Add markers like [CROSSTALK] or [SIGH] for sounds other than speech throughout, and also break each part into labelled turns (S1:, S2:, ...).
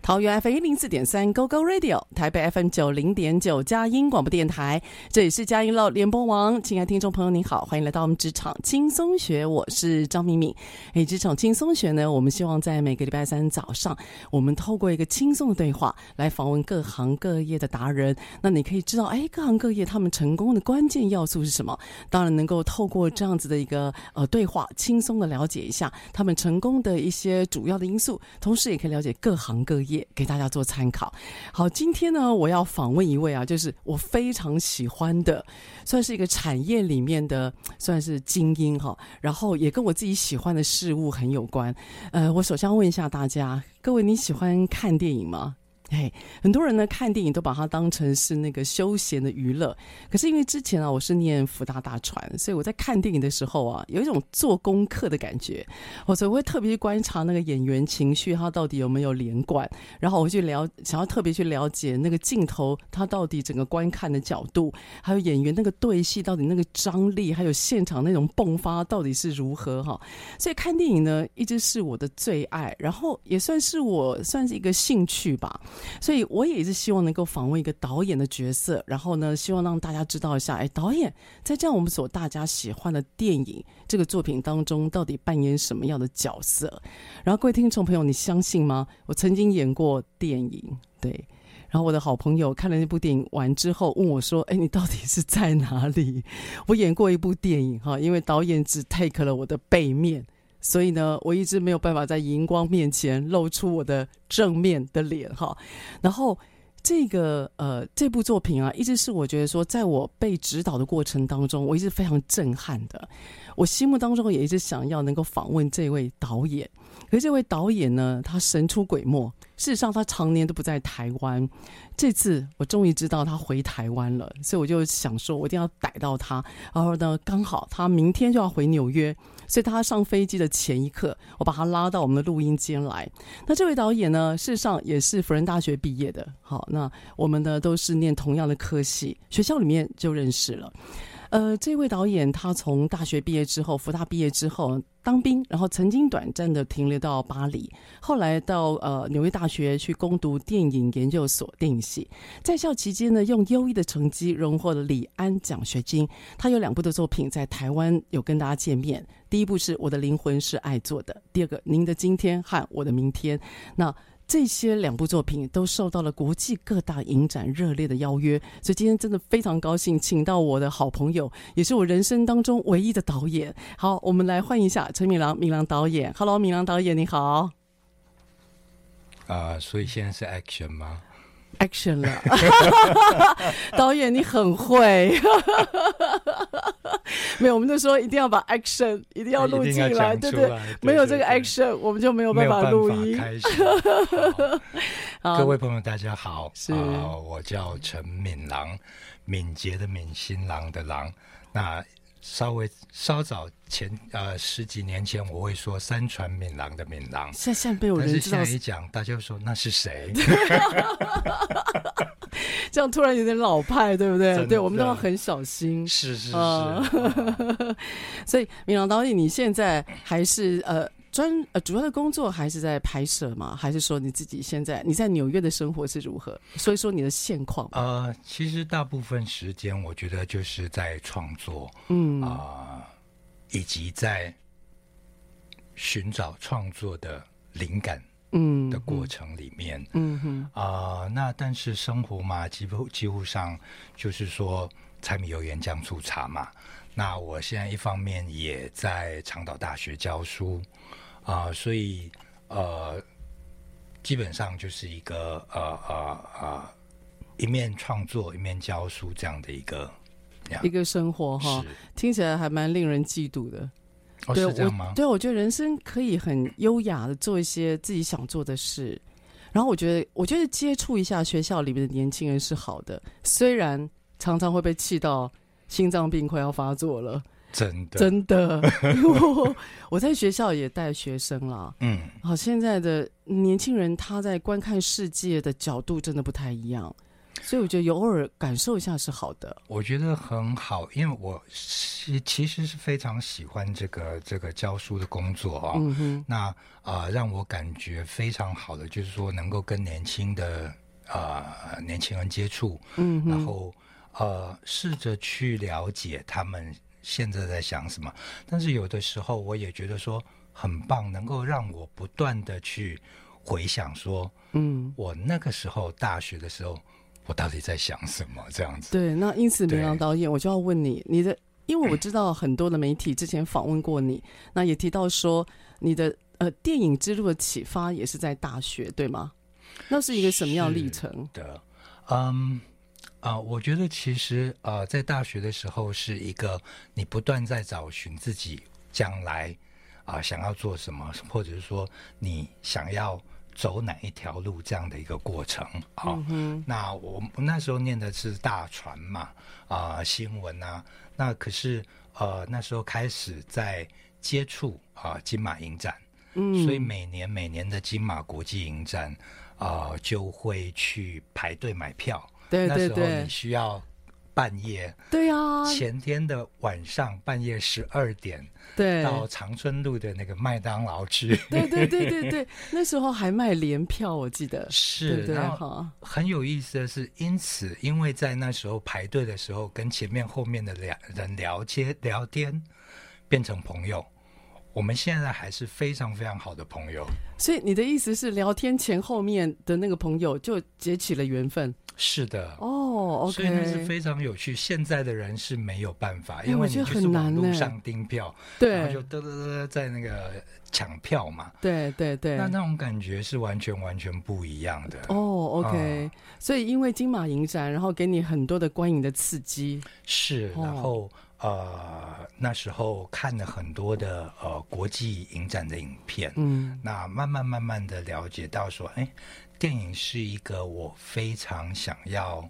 S1: 桃园 FM 一零四点三 GoGo Radio，台北 FM 九零点九佳音广播电台，这里是佳音乐联播网。亲爱听众朋友，您好，欢迎来到我们职场轻松学，我是张敏敏。哎，职场轻松学呢，我们希望在每个礼拜三早上，我们透过一个轻松的对话来访问各行各业的达人，那你可以知道，哎，各行各业他们成功的关键要素是什么？当然能够透过这样子的一个呃对话，轻松的了解一下他们成功的一些主要的因素，同时也可以了解各行各业，给大家做参考。好，今天呢，我要访问一位啊，就是我非常喜欢的，算是一个产业里面的算是精英哈，然后也跟我自己喜欢的事物很有关。呃，我首先要问一下大家，各位你喜欢看电影吗？嘿，很多人呢看电影都把它当成是那个休闲的娱乐，可是因为之前啊我是念福大大传，所以我在看电影的时候啊有一种做功课的感觉，我所以会特别去观察那个演员情绪，他到底有没有连贯，然后我会去了想要特别去了解那个镜头，他到底整个观看的角度，还有演员那个对戏到底那个张力，还有现场那种迸发到底是如何哈、所以看电影呢，一直是我的最爱，然后也算是我算是一个兴趣吧。所以我也一直希望能够访问一个导演的角色，然后呢，希望让大家知道一下，哎，导演在这样我们所大家喜欢的电影这个作品当中，到底扮演什么样的角色？然后各位听众朋友，你相信吗？我曾经演过电影，对。然后我的好朋友看了那部电影完之后，问我说：“哎，你到底是在哪里？”我演过一部电影哈，因为导演只 take 了我的背面，所以呢，我一直没有办法在荧光面前露出我的正面的脸哈。然后这个呃这部作品啊，一直是我觉得说，在我被指导的过程当中，我一直非常震撼的。我心目当中也一直想要能够访问这位导演，可是这位导演呢，他神出鬼没。事实上，他常年都不在台湾。这次我终于知道他回台湾了，所以我就想说，我一定要逮到他。然后呢，刚好他明天就要回纽约，所以他上飞机的前一刻，我把他拉到我们的录音间来。那这位导演呢，事实上也是辅仁大学毕业的。好，那我们呢都是念同样的科系，学校里面就认识了。呃，这位导演他从大学毕业之后，福大毕业之后当兵，然后曾经短暂的停留到巴黎，后来到呃纽约大学去攻读电影研究所电影系。在校期间呢，用优异的成绩荣获了李安奖学金。他有两部的作品在台湾有跟大家见面，第一部是《我的灵魂是爱做的》，第二个《您的今天和我的明天》。那这些两部作品都受到了国际各大影展热烈的邀约，所以今天真的非常高兴，请到我的好朋友，也是我人生当中唯一的导演。好，我们来欢迎一下陈敏郎，敏郎导演。Hello，敏郎导演，你好
S2: 啊、所以现在是 action 吗？
S1: ，Action 了， [LAUGHS] 导演你很会。 [LAUGHS] 没有，我们就说一定要把 Action 一定要录
S2: 哎一
S1: 进
S2: 定要
S1: 来，
S2: 讲
S1: 对
S2: 出
S1: 不对
S2: 来？对
S1: 没有这
S2: 对
S1: 个
S2: 对
S1: Action，我们就没有
S2: 没
S1: 办
S2: 有
S1: 法
S2: 办
S1: 录
S2: 法
S1: 音。 [LAUGHS]
S2: 开始。好
S1: 好
S2: 各位朋友，大家好，
S1: 是
S2: 啊我叫陈敏郎，敏捷的敏，新郎的郎。那稍微稍早前呃十几年前，我会说山川敏郎的敏郎，
S1: 现在现在没有
S2: 但
S1: 人
S2: 是
S1: 知
S2: 现
S1: 道
S2: 在
S1: 是，
S2: 一讲，大家就说那
S1: [LAUGHS]
S2: 是谁？
S1: 这样突然有点老派，对不对？
S2: 真
S1: 对，我们都要
S2: 的
S1: 很小心。
S2: 是是是，
S1: 啊所以，明朗导演，你现在还是呃专呃主要的工作还是在拍摄吗？还是说你自己现在你在纽约的生活是如何？所以说你的现况吧，
S2: 呃，其实大部分时间我觉得就是在创作，
S1: 嗯
S2: 啊、以及在寻找创作的灵感
S1: 嗯
S2: 的过程里面
S1: 嗯哼
S2: 啊、那但是生活嘛，几乎几乎上就是说柴米油盐酱醋茶嘛。那我现在一方面也在长岛大学教书啊、所以呃，基本上就是一个呃呃呃，一面创作一面教书这样的一个。
S1: 一个生活哈，
S2: 啊是
S1: 听起来还蛮令人嫉妒的。
S2: 哦，
S1: 对
S2: 是这样
S1: 我
S2: 吗？
S1: 对我觉得人生可以很优雅的做一些自己想做的事，然后我觉得我觉得接触一下学校里面的年轻人是好的，虽然常常会被气到心脏病快要发作了。
S2: 真的，
S1: 真的，因为我我在学校也带学生啦。
S2: 嗯，
S1: 好，现在的年轻人他在观看世界的角度真的不太一样，所以我觉得有偶尔感受一下是好的。
S2: 我觉得很好，因为我是其实是非常喜欢这个这个教书的工作啊、
S1: 嗯哼，
S2: 那呃，让我感觉非常好的就是说，能够跟年轻的呃年轻人接触，
S1: 嗯
S2: 然
S1: 哼，
S2: 后呃，试着去了解他们现在在想什么。但是有的时候，我也觉得说很棒，能够让我不断的去回想说，
S1: 嗯，
S2: 我那个时候大学的时候，我到底在想什么这样子。
S1: 对。那因此，
S2: 对
S1: 明朗导演，我就要问你，你的，因为我知道很多的媒体之前访问过你，那也提到说你的呃电影之路的启发也是在大学，对吗？那是一个什么样的历
S2: 是
S1: 程？
S2: 的，嗯。啊、我觉得其实呃，在大学的时候是一个你不断在找寻自己将来啊、想要做什么，或者是说你想要走哪一条路这样的一个过程啊。那我我那时候念的是大传嘛，啊、新闻啊，那可是呃那时候开始在接触啊、金马影展，嗯，所以每年每年的金马国际影展啊、就会去排队买票，
S1: 对对
S2: 那时候
S1: 对
S2: 你，需要半夜
S1: 对啊，
S2: 前天的晚上半夜十二点
S1: 对。
S2: 到长春路的那个麦当劳去，
S1: 对对对对对，那时候还卖联票，我记得，对
S2: [LAUGHS] 是
S1: 不对
S2: 然后
S1: 哈？
S2: 很有意思的是，因此因为在那时候排队的时候，跟前面后面的两人聊天聊天，变成朋友。我们现在还是非常非常好的朋友。
S1: 所以你的意思是，聊天前后面的那个朋友就结起了缘分
S2: 是的，
S1: 哦。
S2: 所以那是
S1: OK，
S2: 非常有趣。现在的人是没有办法，
S1: 哎
S2: 因
S1: 我
S2: 为
S1: 觉
S2: 你
S1: 得
S2: 就是
S1: 很
S2: 网
S1: 难
S2: 络
S1: 呢
S2: 上订票，然后就
S1: 对
S2: 嘚嘚嘚嘚在那个抢票嘛。
S1: 对对对
S2: 那。那种感觉是完全完全不一样的。啊
S1: 哦，OK，所以因为金马影展，然后给你很多的观影的刺激，
S2: 是，
S1: 哦
S2: 然后呃，那时候看了很多的呃国际影展的影片，
S1: 嗯，
S2: 那慢慢慢慢的了解到说，哎，电影是一个我非常想要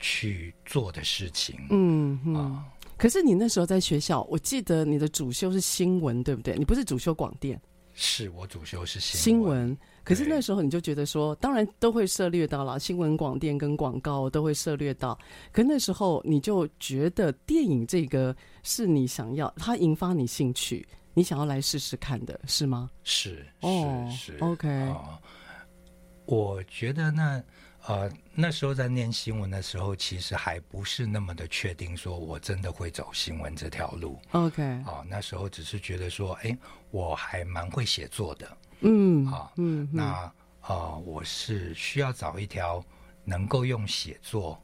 S2: 去做的事情，
S1: 嗯
S2: 啊、
S1: 嗯。可是你那时候在学校，我记得你的主修是新闻，对不对？你不是主修广电
S2: 是我主修是
S1: 新
S2: 新
S1: 闻。可是
S2: 对
S1: 那时候你就觉得说，当然都会涉猎到了新闻、广电跟广告都会涉猎到。可那时候你就觉得电影这个是你想要，它引发你兴趣，你想要来试试看的是吗？
S2: 是
S1: 哦
S2: 是是
S1: ，OK
S2: 啊我觉得那呃那时候在念新闻的时候，其实还不是那么的确定，说我真的会走新闻这条路。
S1: OK，
S2: 啊、那时候只是觉得说，哎，我还蛮会写作的
S1: 嗯
S2: 啊、
S1: 嗯嗯
S2: 那呃，我是需要找一条能够用写作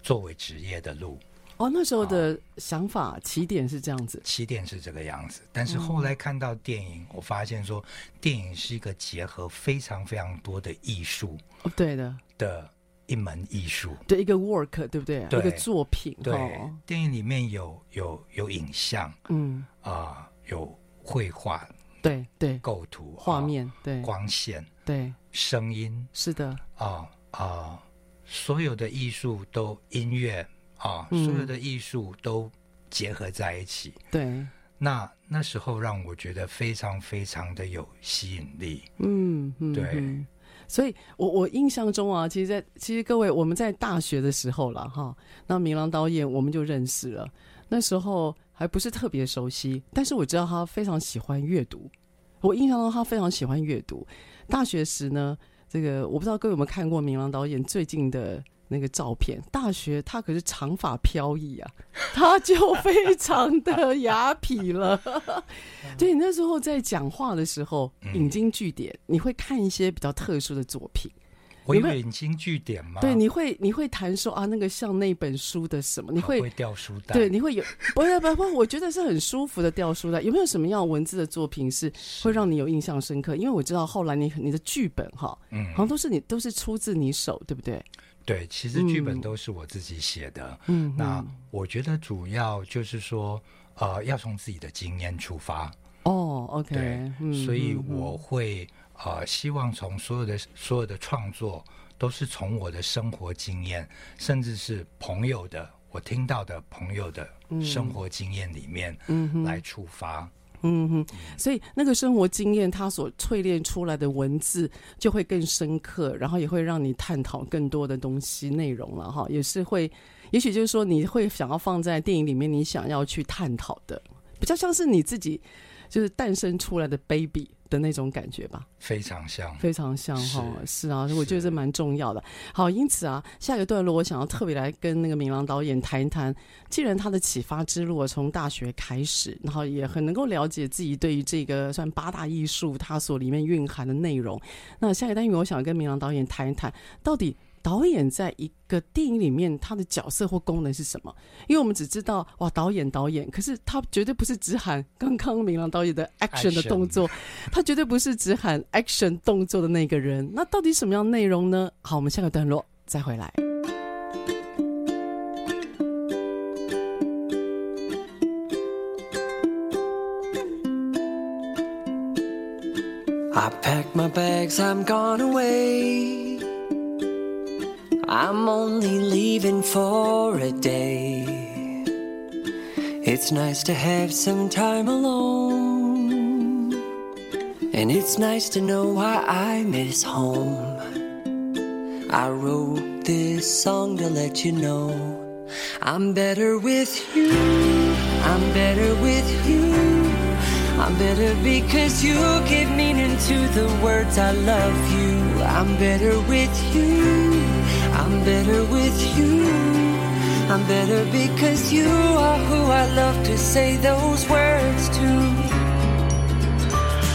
S2: 作为职业的路，
S1: 哦，那时候的想法起点是这样子，
S2: 起点是这个样子。但是后来看到电影，我发现说，电影是一个结合非常非常多的艺术
S1: 哦、对的，
S2: 的一门艺术。
S1: 对一个 work，对不对？
S2: 对
S1: 一个作品，
S2: 对，
S1: 哦、
S2: 电影里面有有有影像
S1: 嗯，
S2: 啊、有绘画、
S1: 对对，
S2: 构图、
S1: 画
S2: 啊、
S1: 面，对
S2: 光线、
S1: 对，
S2: 声音。
S1: 是的，
S2: 啊啊，
S1: 嗯
S2: 所有的艺术都音乐啊，所有的艺术都结合在一起。
S1: 对，
S2: 那那时候让我觉得非常非常的有吸引力。
S1: 嗯，嗯
S2: 对
S1: 嗯所以我我印象中啊，其实在，其实各位我们在大学的时候了哈，那明郎导演我们就认识了，那时候还不是特别熟悉，但是我知道他非常喜欢阅读，我印象中他非常喜欢阅读。大学时呢，这个我不知道各位有没有看过明郎导演最近的。那个照片，大学他可是长发飘逸啊，他就非常的 [LAUGHS] 雅痞了。对，那时候在讲话的时候
S2: 嗯
S1: 引经据典，你会看一些比较特殊的作品。
S2: 我以
S1: 有没有
S2: 为引经据典嘛，
S1: 对，你会你会谈说啊，那个像那本书的什么，你
S2: 你
S1: 会
S2: 会掉书袋，
S1: 对，你会有不是不是不是，我觉得是很舒服的掉书袋。有没有什么样文字的作品是
S2: 是
S1: 会让你有印象深刻？因为我知道后来你你的剧本哈，
S2: 嗯
S1: 好像都是你都是出自你手，对不对？
S2: 对，其实剧
S1: 嗯
S2: 本都是我自己写的。
S1: 嗯，
S2: 那
S1: 嗯
S2: 我觉得主要就是说，呃，要从自己的经验出发，
S1: 哦，OK，
S2: 对
S1: 嗯，
S2: 所以
S1: 嗯嗯
S2: 我会呃希望从所有的所有的创作都是从我的生活经验，甚至是朋友的我听到的朋友的生活经验里面来出发。
S1: 嗯哼，所以那个生活经验，它所淬炼出来的文字就会更深刻，然后也会让你探讨更多的东西内容了哈，也是会，也许就是说你会想要放在电影里面，你想要去探讨的，比较像是你自己就是诞生出来的 baby 的那种感觉吧。
S2: 非常像，
S1: 非常像哈，是啊，
S2: 是
S1: 我觉得这蛮重要的。好，因此啊，下个段落我想要特别来跟那个明郎导演谈一谈，既然他的启发之路啊从大学开始，然后也很能够了解自己对于这个算八大艺术它所里面蕴含的内容。那下一个单元我想跟明郎导演谈一谈，到底。导演在一个电影里面，他的角色或功能是什么？因为我们只知道哇，导演导演，可是他绝对不是只喊刚刚明郎导演的 action 的
S2: Action
S1: 动作，他绝对不是只喊 action 动作的那个人。那到底什么样内容呢？好，我们下个段落再回来。
S3: I packed my bags, I'm gone away. I'm only leaving for a day. It's nice to have some time alone. And it's nice to know why I miss home. I wrote this song to let you know I'm better with you. I'm better with you. I'm better because you give meaning to the words I love you. I'm better with you. I'm better with you. I'm better because you are who I love to say those words to.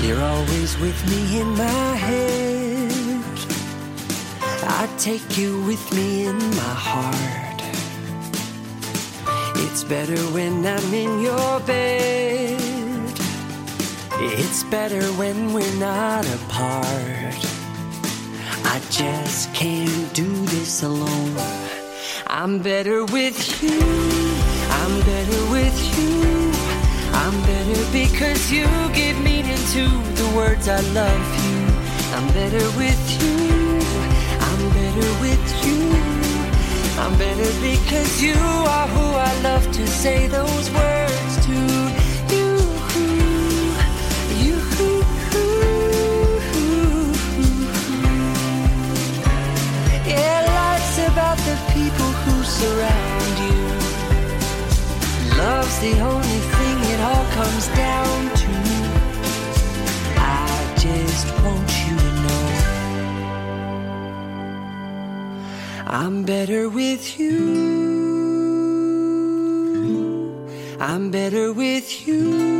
S3: You're always with me in my head. I take you with me in my heart. It's better when I'm in your bed. It's better when we're not apart. I just can't do this alone. I'm better with you. I'm better with you. I'm better because you give meaning to the words I love you. I'm better with you. I'm better with you. I'm better because you are who I love to say those words to. You. You, yeah, life's about the people who surround you. Love's the only thing it all comes down to. I just want you to know I'm better with you. I'm better with you.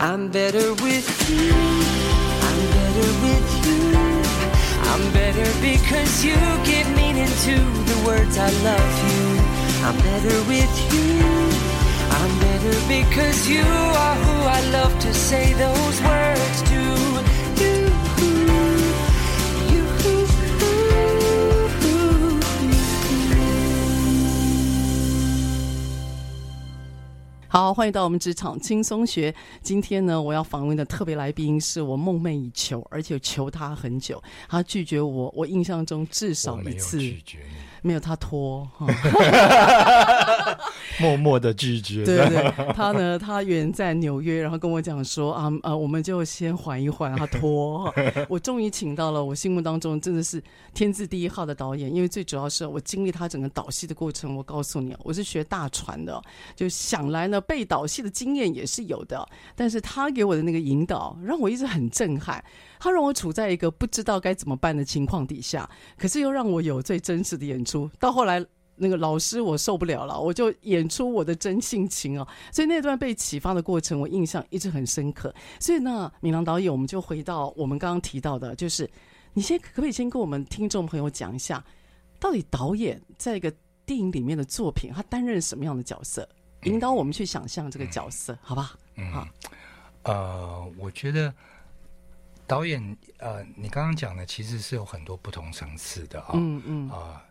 S3: I'm better with you. I'm better with you. I'm better because you give meaning to the words I love you. I'm better with you. I'm better because you are who I love to say those words to. You. You.
S1: 好，欢迎到我们职场轻松学。今天呢，我要访问的特别来宾是我梦寐以求，而且求他很久，他拒绝我，我印象中至
S2: 我
S1: 少
S2: 没
S1: 一
S2: 有
S1: 次。
S2: 拒绝你，
S1: 没有他拖哈。
S2: 默默的拒绝。
S1: 对对，他呢，他远在纽约，然后跟我讲说啊啊，我们就先缓一缓，他拖。我终于请到了我心目当中真的是天字第一号的导演，因为最主要是我经历他整个导戏的过程。我告诉你，我是学大船的，就想来呢被导戏的经验也是有的，但是他给我的那个引导让我一直很震撼，他让我处在一个不知道该怎么办的情况底下，可是又让我有最真实的演出。到后来。那个老师我受不了了，我就演出我的真性情啊！所以那段被启发的过程，我印象一直很深刻。所以呢，米郎导演，我们就回到我们刚刚提到的，就是你先可不可以先跟我们听众朋友讲一下，到底导演在一个电影里面的作品，他担任什么样的角色，引导我们去想象这个角色，好吧？好，
S2: 呃，我觉得导演呃，你刚刚讲的其实是有很多不同层次的啊、
S1: 嗯嗯
S2: 啊、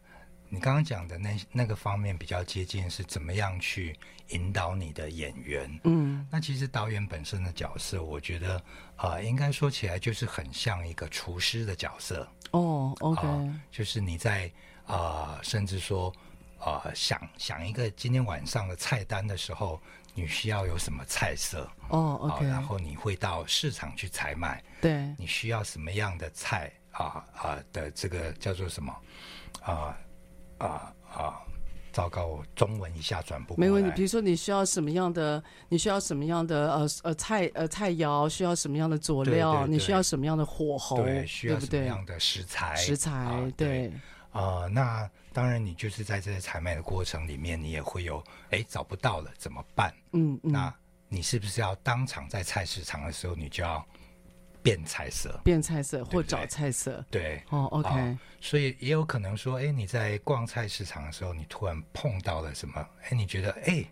S2: 你刚刚讲的那那个方面比较接近是怎么样去引导你的演员。
S1: 嗯
S2: 那其实导演本身的角色，我觉得啊、呃应该说起来就是很像一个厨师的角色
S1: 哦
S2: 啊、
S1: ，OK，
S2: 就是你在啊、呃甚至说啊、呃想想一个今天晚上的菜单的时候，你需要有什么菜色
S1: 哦
S2: 啊、
S1: ，OK，
S2: 然后你会到市场去采买，
S1: 对，
S2: 你需要什么样的菜啊啊的这个叫做什么啊啊啊？糟糕，我中文一下转不过
S1: 没
S2: 来。
S1: 问题。比如说，你需要什么样的？你需要什么样的？呃呃，菜呃菜肴需要什么样的佐料？
S2: 对对对
S1: 你需要什么样的火候？
S2: 对，需要
S1: 不
S2: 什么
S1: 对？
S2: 样的食材？
S1: 食材、
S2: 啊
S1: 对。
S2: 啊、那当然，你就是在这些采买的过程里面，你也会有哎找不到了怎么办？
S1: 嗯嗯，
S2: 那你是不是要当场在菜市场的时候，你就要变菜色？
S1: 变菜色
S2: 对
S1: 或
S2: 不对
S1: 找菜色。
S2: 对，
S1: 哦，OK，、
S2: 啊所以也有可能说，哎，你在逛菜市场的时候，你突然碰到了什么？哎，你觉得，哎，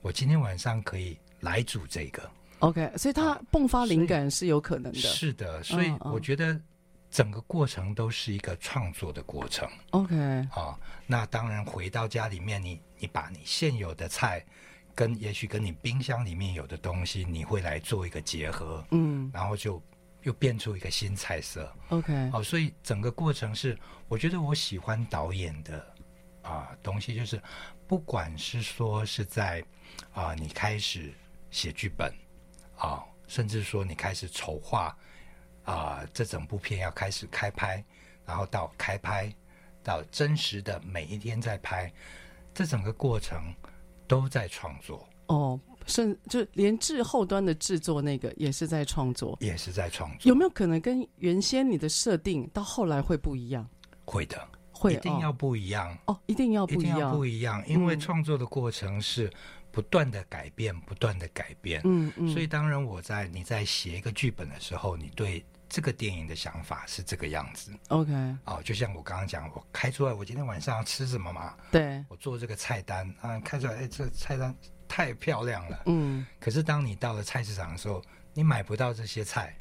S2: 我今天晚上可以来煮这个。
S1: OK，所以它迸发灵感是有可能的。
S2: 啊是的，所以
S1: 嗯嗯
S2: 我觉得整个过程都是一个创作的过程
S1: OK，
S2: 啊。那当然，回到家里面，你你把你现有的菜，跟也许跟你冰箱里面有的东西，你会来做一个结合，
S1: 嗯
S2: 然后就又变出一个新菜色。
S1: ，OK，
S2: 哦，所以整个过程是，我觉得我喜欢导演的啊、东西，就是不管是说是在啊、你开始写剧本啊、甚至说你开始筹划啊、这整部片要开始开拍，然后到开拍到真实的每一天在拍，这整个过程都在创作，
S1: 哦，甚就连至后端的制作那个也是在创作。
S2: 也是在创作，
S1: 有没有可能跟原先你的设定到后来会不一样？
S2: 会的，
S1: 会
S2: 一定要不一样。
S1: 哦哦，一定要
S2: 一
S1: 不一
S2: 定要
S1: 样
S2: 不。一样，因为
S1: 嗯
S2: 创作的过程是不断的改变，不断的改变。
S1: 嗯嗯，
S2: 所以当然，我在你在写一个剧本的时候，你对这个电影的想法是这个样子
S1: OK，
S2: 哦。就像我刚刚讲，我开出来，我今天晚上要吃什么嘛？
S1: 对，
S2: 我做这个菜单啊，开出来，哎，这菜单太漂亮了。
S1: 嗯，
S2: 可是当你到了菜市场的时候，你买不到这些菜，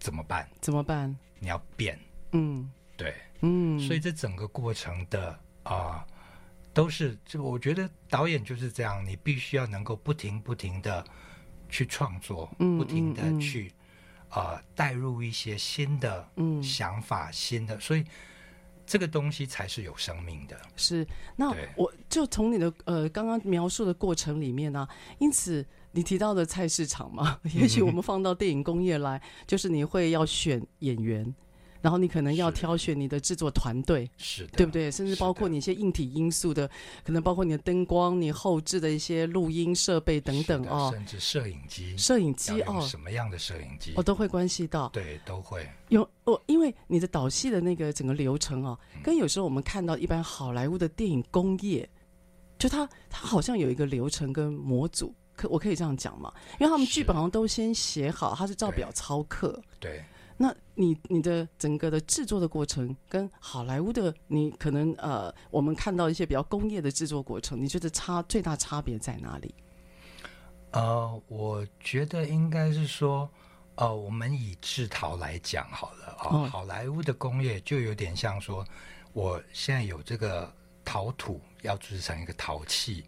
S2: 怎么办？
S1: 怎么办？
S2: 你要变，
S1: 嗯
S2: 对。
S1: 嗯，
S2: 所以这整个过程的啊、都是这个，我觉得导演就是这样，你必须要能够不停不停的去创作，
S1: 嗯
S2: 不停的
S1: 嗯嗯
S2: 去啊、带入一些新的
S1: 嗯
S2: 想法，新的，所以这个东西才是有生命的。
S1: 是，那
S2: 对
S1: 我就从你的呃刚刚描述的过程里面呢、因此你提到的菜市场嘛， [LAUGHS] 也许我们放到电影工业来，就是你会要选演员，然后你可能要
S2: 是
S1: 挑选你的制作团队，
S2: 是的，
S1: 对不对？甚至
S2: 是的
S1: 包括你一些硬体因素的，可能包括你的灯光、你后置的一些录音设备等
S2: 是的
S1: 等哦，
S2: 甚至摄影机，
S1: 摄影
S2: 要
S1: 机
S2: 用
S1: 哦，
S2: 什么样的摄影机？
S1: 我都会关系到。
S2: 对，都会。
S1: 有我、因为你的导戏的那个整个流程哦，
S2: 嗯
S1: 跟有时候我们看到一般好莱坞的电影工业，就它它好像有一个流程跟模组，可我可以这样讲嘛？因为他们
S2: 是
S1: 剧本好像都先写好，它是照
S2: 对
S1: 表操课。
S2: 对，
S1: 那你你的整个的制作的过程，跟好莱坞的你可能呃，我们看到一些比较工业的制作过程，你觉得差最大差别在哪里？
S2: 呃，我觉得应该是说，呃，我们以制陶来讲好了啊、
S1: 哦
S2: 好莱坞的工业就有点像说，我现在有这个陶土要制成一个陶器，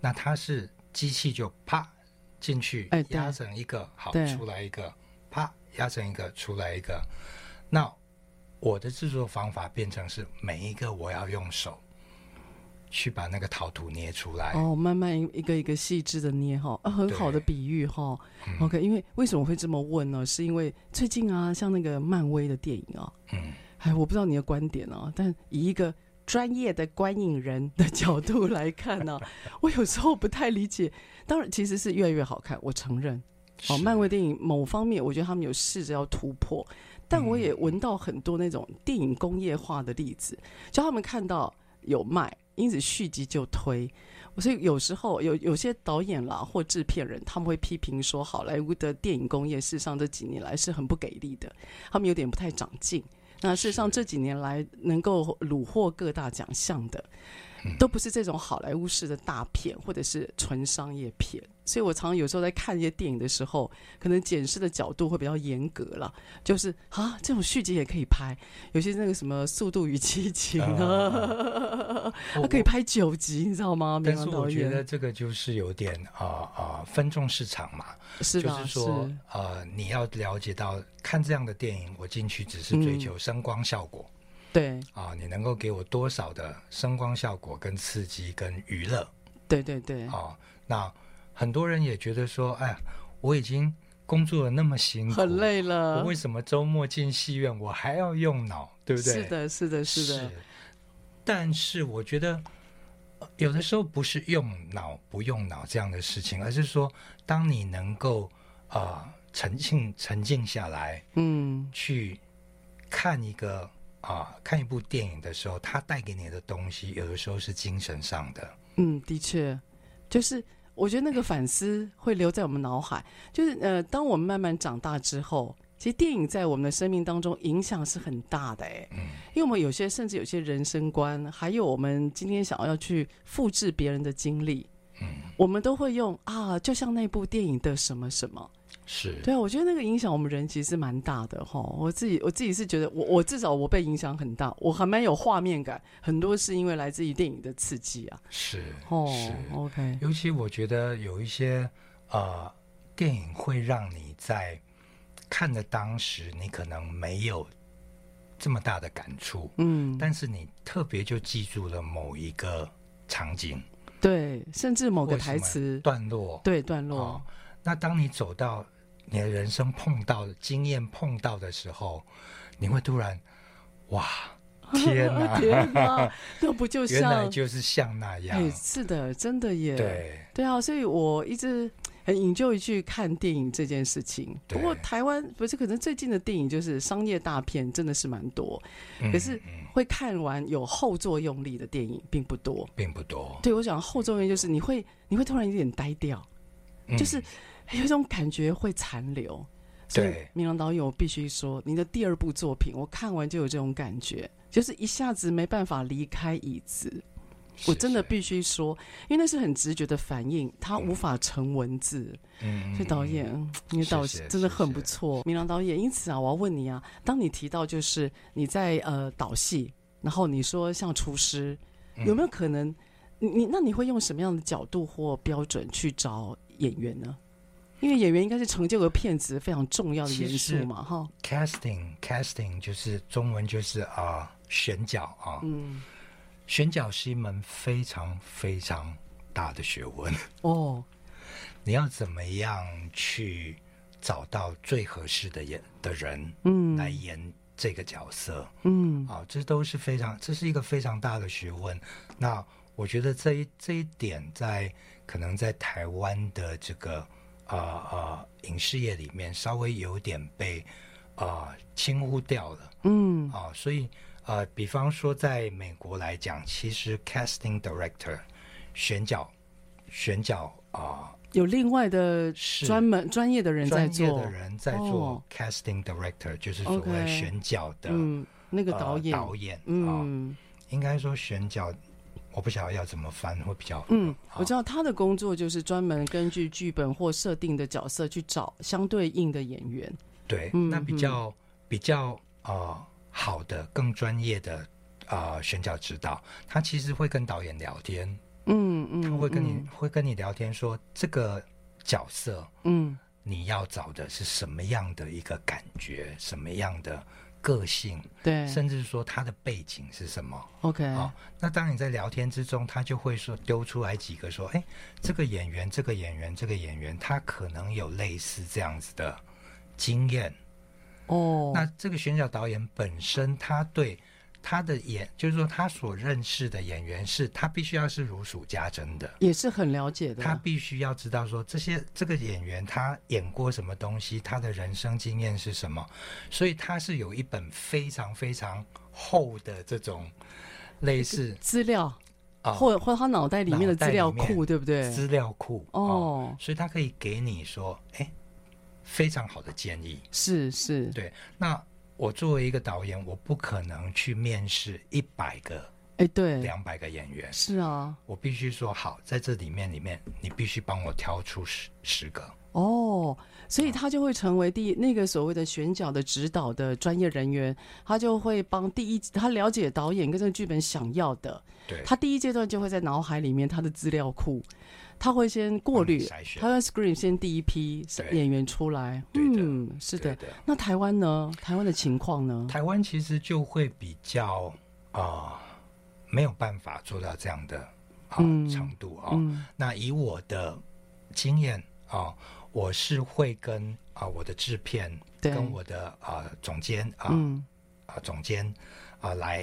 S2: 那它是机器就啪进去
S1: 哎，对
S2: 压成一个，好
S1: 对
S2: 出来一个，啪压成一个出来一个。那我的制作方法变成是每一个我要用手，去把那个陶土捏出来。
S1: 哦，慢慢一个一个细致的捏哈、啊，很好的比喻哈、OK，因
S2: 嗯
S1: 为为什么会这么问呢？是因为最近啊，像那个漫威的电影啊，
S2: 嗯，
S1: 哎，我不知道你的观点哦、但以一个专业的观影人的角度来看呢、我有时候不太理解。当然，其实是越来越好看，我承认。哦，
S2: 是
S1: 漫威电影某方面，我觉得他们有试着要突破，但我也闻到很多那种电影工业化的例子，就他们看到有卖，因此续集就推。所以有时候有有些导演啦或制片人，他们会批评说，好莱坞的电影工业事实上这几年来是很不给力的，他们有点不太长进。那事实上这几年来能够虏获各大奖项的，
S2: 嗯
S1: 都不是这种好莱坞式的大片或者是纯商业片。所以我常常有时候在看一些电影的时候，可能检视的角度会比较严格了，就是啊，这种续集也可以拍，有些那个什么《速度与激情》啊，它可以拍九集，你知道吗？
S2: 但
S1: 明
S2: 是
S1: 王
S2: 我
S1: 导
S2: 觉得
S1: 演
S2: 这个就是有点啊啊、分众市场嘛，
S1: 是
S2: 就
S1: 吧？
S2: 是说呃，你要了解到看这样的电影，我进去只是追
S1: 嗯
S2: 求声光效果
S1: 对
S2: 啊、你能够给我多少的声光效果、跟刺激、跟娱乐
S1: 对对对
S2: 啊、，那很多人也觉得说，哎呀，我已经工作了那么辛苦，
S1: 很累
S2: 我
S1: 了
S2: 为，什么周末进戏院我还要用脑，对不对？
S1: 是的，是的，是的，
S2: 但是我觉得，呃有的时候不是用脑不用脑这样的事情，而是说，当你能够啊、呃沉静沉静下来
S1: 嗯，
S2: 去看一个啊、看一部电影的时候，它带给你的东西，有的时候是精神上的。
S1: 嗯，的确，就是我觉得那个反思会留在我们脑海。就是呃，当我们慢慢长大之后，其实电影在我们的生命当中影响是很大的、哎，因为我们有些甚至有些人生观，还有我们今天想要去复制别人的经历，我们都会用啊，就像那部电影的什么什么。
S2: 是
S1: 对啊，我觉得那个影响我们人其实蛮大的哈。我自己我自己是觉得我，我至少我被影响很大，我还蛮有画面感，很多是因为来自于电影的刺激啊。
S2: 是
S1: 哦
S2: 是，
S1: ，OK，
S2: 尤其我觉得有一些呃电影会让你在看的当时，你可能没有这么大的感触，
S1: 嗯，
S2: 但是你特别就记住了某一个场景、
S1: 对，甚至某
S2: 某
S1: 个台词，
S2: 段落。
S1: 对段落，
S2: 哦，那当你走到你的人生碰到经验碰到的时候，你会突然
S1: [LAUGHS]
S2: 哇，天哪！
S1: [LAUGHS] 天哪，那不
S2: [LAUGHS]
S1: 就
S2: 原来
S1: 像？
S2: 就是像那样
S1: 哎，，是的，真的耶。，
S2: 对，
S1: 啊，所以我一直很引咎于去看电影这件事情。不过
S2: 对
S1: 台湾不是，可能最近的电影就是商业大片，真的是蛮多，
S2: 嗯
S1: 可是会看完有后作用力的电影并不多。
S2: 并不多，
S1: 对我讲后作用力就是你会你会突然有点呆掉，
S2: 嗯
S1: 就是有一种感觉会残留。所以
S2: 对
S1: 明朗导演，我必须说，你的第二部作品，我看完就有这种感觉，就是一下子没办法离开椅子。我
S2: 是
S1: 真的
S2: 是
S1: 必须说，因为那是很直觉的反应，它无法成文字。
S2: 嗯，
S1: 所以导演，嗯你的
S2: 谢
S1: 导
S2: 谢
S1: 真的
S2: 谢
S1: 很
S2: 谢
S1: 不错，明朗导演。因此啊，我要问你啊，当你提到就是你在呃导戏，然后你说像厨师，
S2: 嗯
S1: 有没有可能？你你那你会用什么样的角度或标准去找演员呢？因为演员应该是成就个片子非常重要的
S2: 其
S1: 元素
S2: 实
S1: 嘛，哈。
S2: casting casting 就是中文就是啊、选角啊，
S1: 嗯，
S2: 选角是一门非常非常大的学问， [LAUGHS]
S1: 哦，
S2: 你要怎么样去找到最合适的演的人，
S1: 嗯
S2: 来演这个角色，
S1: 嗯，
S2: 啊，这都是非常，这是一个非常大的学问。那我觉得这一这一点在可能在台湾的这个啊啊、呃影视业里面稍微有点被啊、呃轻忽掉了。嗯啊，所以呃，比方说在美国来讲，其实 casting director 选角选角啊、
S1: 有另外的
S2: 是
S1: 专门专业的人在
S2: 专业
S1: 做
S2: 的，人在做
S1: 哦
S2: casting director，、就是所
S1: OK
S2: 谓选角的、
S1: 嗯，那个
S2: 呃
S1: 导演，
S2: 导演啊。
S1: 嗯
S2: 应该说选角，我不晓得要怎么翻会比较
S1: 嗯，
S2: 好
S1: 我知道他的工作就是专门根据剧本或设定的角色去找相对应的演员。
S2: 对，
S1: 嗯
S2: 那比较、比较呃好的、更专业的呃选角指导，他其实会跟导演聊天，
S1: 嗯嗯，
S2: 他会跟你、
S1: 嗯
S2: 会跟你聊天说这个角色
S1: 嗯
S2: 你要找的是什么样的一个感觉，什么样的个性，
S1: 对
S2: 甚至说他的背景是什么。
S1: ，OK，
S2: 哦，那当你在聊天之中，他就会说丢出来几个说，哎，这个演员，这个演员，这个演员，他可能有类似这样子的经验。
S1: 哦，
S2: 那这个选角导演本身，他对他的演，就是说他所认识的演员是，他必须要是如数家珍的。
S1: 也是很了解的，
S2: 他必须要知道说这些这个演员他演过什么东西，他的人生经验是什么，所以他是有一本非常非常厚的这种类似
S1: 资料，
S2: 啊
S1: 或或他脑袋里面的资料
S2: 脑袋里
S1: 库，
S2: 面
S1: 对不对？
S2: 资料库
S1: 哦
S2: 所以他可以给你说，哎，非常好的建议。
S1: 是是，
S2: 对，那我作为一个导演，我不可能去面试一百个、
S1: 哎，对，
S2: 两百个演员，
S1: 是啊，
S2: 我必须说好，在这里面里面，你必须帮我挑出十十个。
S1: 哦，所以他就会成为第那个所谓的选角的指导的专业人员，他就会帮第一，他了解导演跟这个剧本想要的，
S2: 对，
S1: 他第一阶段就会在脑海里面他的资料库，他会先过滤
S2: 嗯帮你筛，选
S1: 他要 screen 先第一批
S2: 对
S1: 演员出来，
S2: 对的
S1: 嗯，是的。
S2: 对的
S1: 那台湾呢？台湾的情况呢？
S2: 台湾其实就会比较啊、呃没有办法做到这样的啊、
S1: 嗯
S2: 程度啊、
S1: 嗯
S2: 那以我的经验啊、我是会跟啊、我的制片
S1: 对
S2: 跟我的啊、总监啊啊、
S1: 嗯
S2: 总监啊、来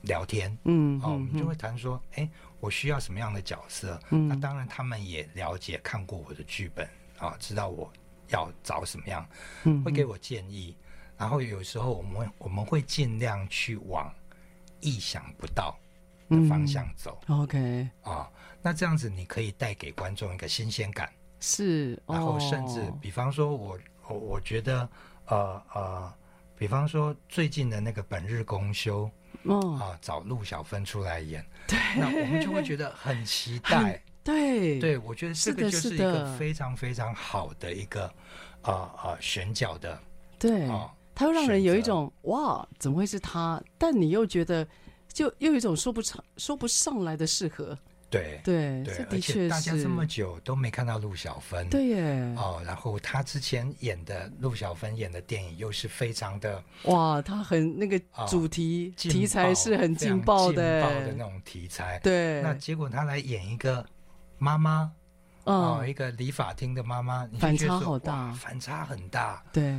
S2: 聊天
S1: 嗯
S2: 啊、我
S1: 嗯
S2: 们就会啊谈说，哎、我需要什么样的角色？
S1: 嗯
S2: 那当然他们也了解看过我的剧本啊、知道我要找什么样。
S1: 嗯
S2: 会给我建议，然后有时候我们我们会尽量去往意想不到的方向
S1: 嗯
S2: 走
S1: ，OK，
S2: 啊、那这样子你可以带给观众一个新鲜感，
S1: 是，
S2: 然后
S1: 哦
S2: 甚至比方说我我我觉得呃呃，比方说最近的那个本日公休啊、
S1: 哦，
S2: 找陆小芬出来演，对，那我们就会觉得很期待。
S1: 对
S2: 对，我觉得这
S1: 是
S2: 个
S1: 的
S2: 就是是一个
S1: 的
S2: 非常非常好的一个呃呃选角的
S1: 对，
S2: 哦
S1: 它会让人有一
S2: 选择
S1: 种哇，怎么会是他？但你又觉得，就又有一种说不上说不上来的适合。
S2: 对
S1: 对，
S2: 对
S1: 这，
S2: 而
S1: 的
S2: 且
S1: 确
S2: 大家
S1: 是
S2: 这么久都没看到陆小芬，
S1: 对耶，
S2: 哦，然后她之前演的陆小芬演的电影又是非常的
S1: 哇，他很那个
S2: 啊
S1: 主题
S2: 劲
S1: 题材
S2: 爆
S1: 是很
S2: 非常
S1: 劲
S2: 劲
S1: 爆
S2: 爆
S1: 的
S2: 的那
S1: 耶，
S2: 种题材，，
S1: 对，
S2: 那结果她来演一个妈妈。哦，
S1: 嗯，
S2: 一个理发厅的妈妈，你就
S1: 反
S2: 觉得
S1: 差
S2: 说
S1: 好大
S2: 哇反差很大，
S1: 对，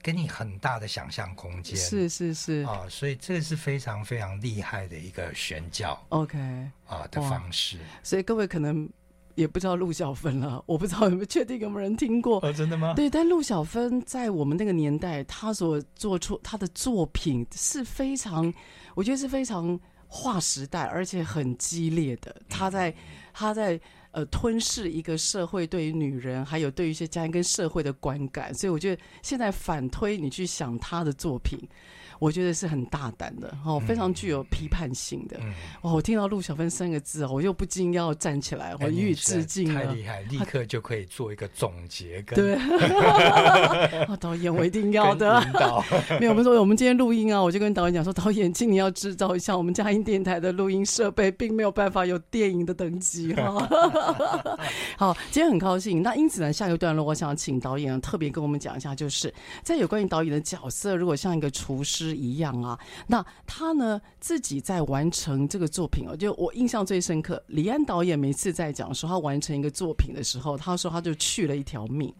S2: 给你很大的想象空间。
S1: 是是是
S2: 啊、所以这个是非常非常厉害的一个选角
S1: ，OK。
S2: 啊、的
S1: 哇
S2: 方式。
S1: 所以各位可能也不知道陆小芬了，我不知道有没有确定有没有人听过。
S2: 哦，真的吗？
S1: 对，但陆小芬在我们那个年代，她所做出她的作品是非常，我觉得是非常划时代，而且很激烈的。她在她在呃吞噬一个社会对于女人，还有对于一些家庭跟社会的观感，所以我觉得现在反推你去想她的作品，我觉得是很大胆的，哦，非常具有批判性的。
S2: 嗯，
S1: 哦，我听到陆小芬三个字哦，我又不禁要站起来，我哦
S2: 哎你
S1: 予以
S2: 实在
S1: 致敬
S2: 太
S1: 了。
S2: 厉害，立刻就可以做一个总结跟
S1: 对， [LAUGHS] 啊，导演，我一定要
S2: 跟
S1: 的
S2: 引。
S1: [LAUGHS]
S2: 导。
S1: 没有，我们说我们今天录音啊，我就跟导演讲说，导演，请你要知道一下，我们嘉音电台的录音设备并没有办法有电影的等级哈。 [LAUGHS] 好，今天很高兴。那因此呢，下一个段落，我想请导演特别跟我们讲一下，就是在有关于导演的角色，如果像一个厨师一样啊，那他呢自己在完成这个作品哦，就我印象最深刻，李安导演每次在讲说他完成一个作品的时候，他说他就去了一条命。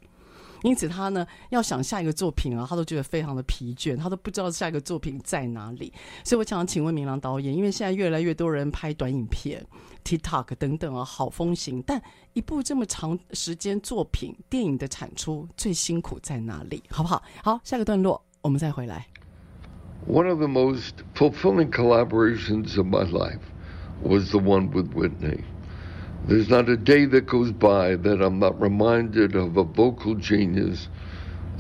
S1: 因此他呢要想下一个作品啊，他都觉得非常的疲倦，他都不知道下一个作品在哪里。所以我想请问明朗导演，因为现在越来越多人拍短影片、TikTok 等等啊，好风行，但一部这么长时间作品电影的产出最辛苦在哪里？好不好？好，下个段落我们再回来。
S4: One of the most fulfilling collaborations of my life was the one with Whitney. There's not a day that goes by that I'm not reminded of a vocal genius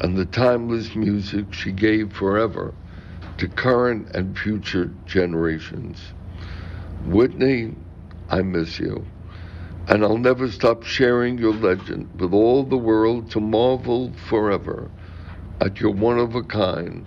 S4: and the timeless music she gave forever to current and future generations. Whitney, I miss you. And I'll never stop sharing your legend with all the world to marvel forever at your one of a kind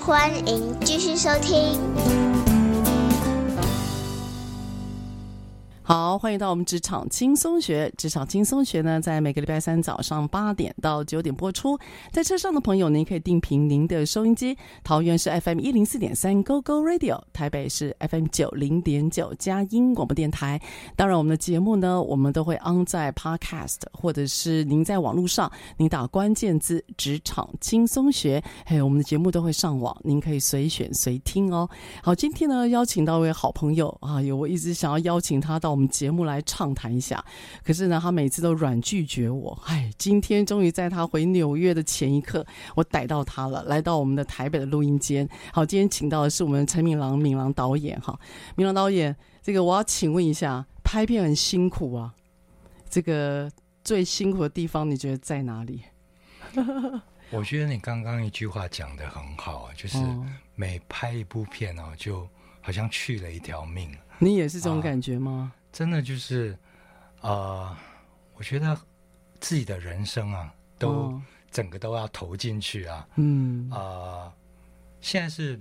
S5: 欢迎继续收听。
S1: 好，欢迎到我们职场轻松学。职场轻松学呢，在每个礼拜三早上八点到九点播出。在车上的朋友，您可以定频您的收音机，桃园是 FM 一零四点三 Go Go Radio，台北是 FM 九零点九佳音广播电台。当然，我们的节目呢，我们都会 on 在 Podcast，或者是您在网络上，您打关键字“职场轻松学”，嘿，我们的节目都会上网，您可以随选随听哦。好，今天呢，邀请到一位好朋友啊，有我一直想要邀请他到我们节目来畅谈一下，可是呢，他每次都软拒绝我。哎，今天终于在他回纽约的前一刻，我逮到他了，来到我们的台北的录音间。好，今天请到的是我们陈敏郎敏郎导演哈，敏郎导演，这个我要请问一下，拍片很辛苦啊，这个最辛苦的地方你觉得在哪里？
S2: 我觉得你刚刚一句话讲的很好啊，就是
S1: 哦
S2: 每拍一部片哦，就好像去了一条命，
S1: 你也是这种
S2: 啊
S1: 感觉吗？
S2: 真的就是，呃，我觉得自己的人生啊，都、
S1: 哦
S2: 整个都要投进去啊，
S1: 嗯
S2: 啊、现在是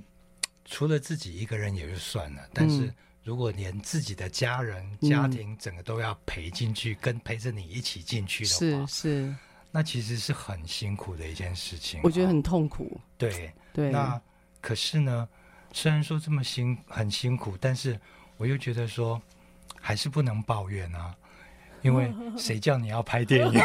S2: 除了自己一个人也就算了，但是
S1: 嗯
S2: 如果连自己的家人、家庭整个都要陪进去，跟陪着你一起进去的
S1: 是
S2: 话，
S1: 是，
S2: 那其实是很辛苦的一件事情啊、
S1: 我觉得很痛苦。
S2: 对。
S1: 对，
S2: 那可是呢，虽然说这么辛很辛苦，但是我又觉得说还是不能抱怨啊，
S1: [LAUGHS]
S2: 因为谁叫你要拍电影？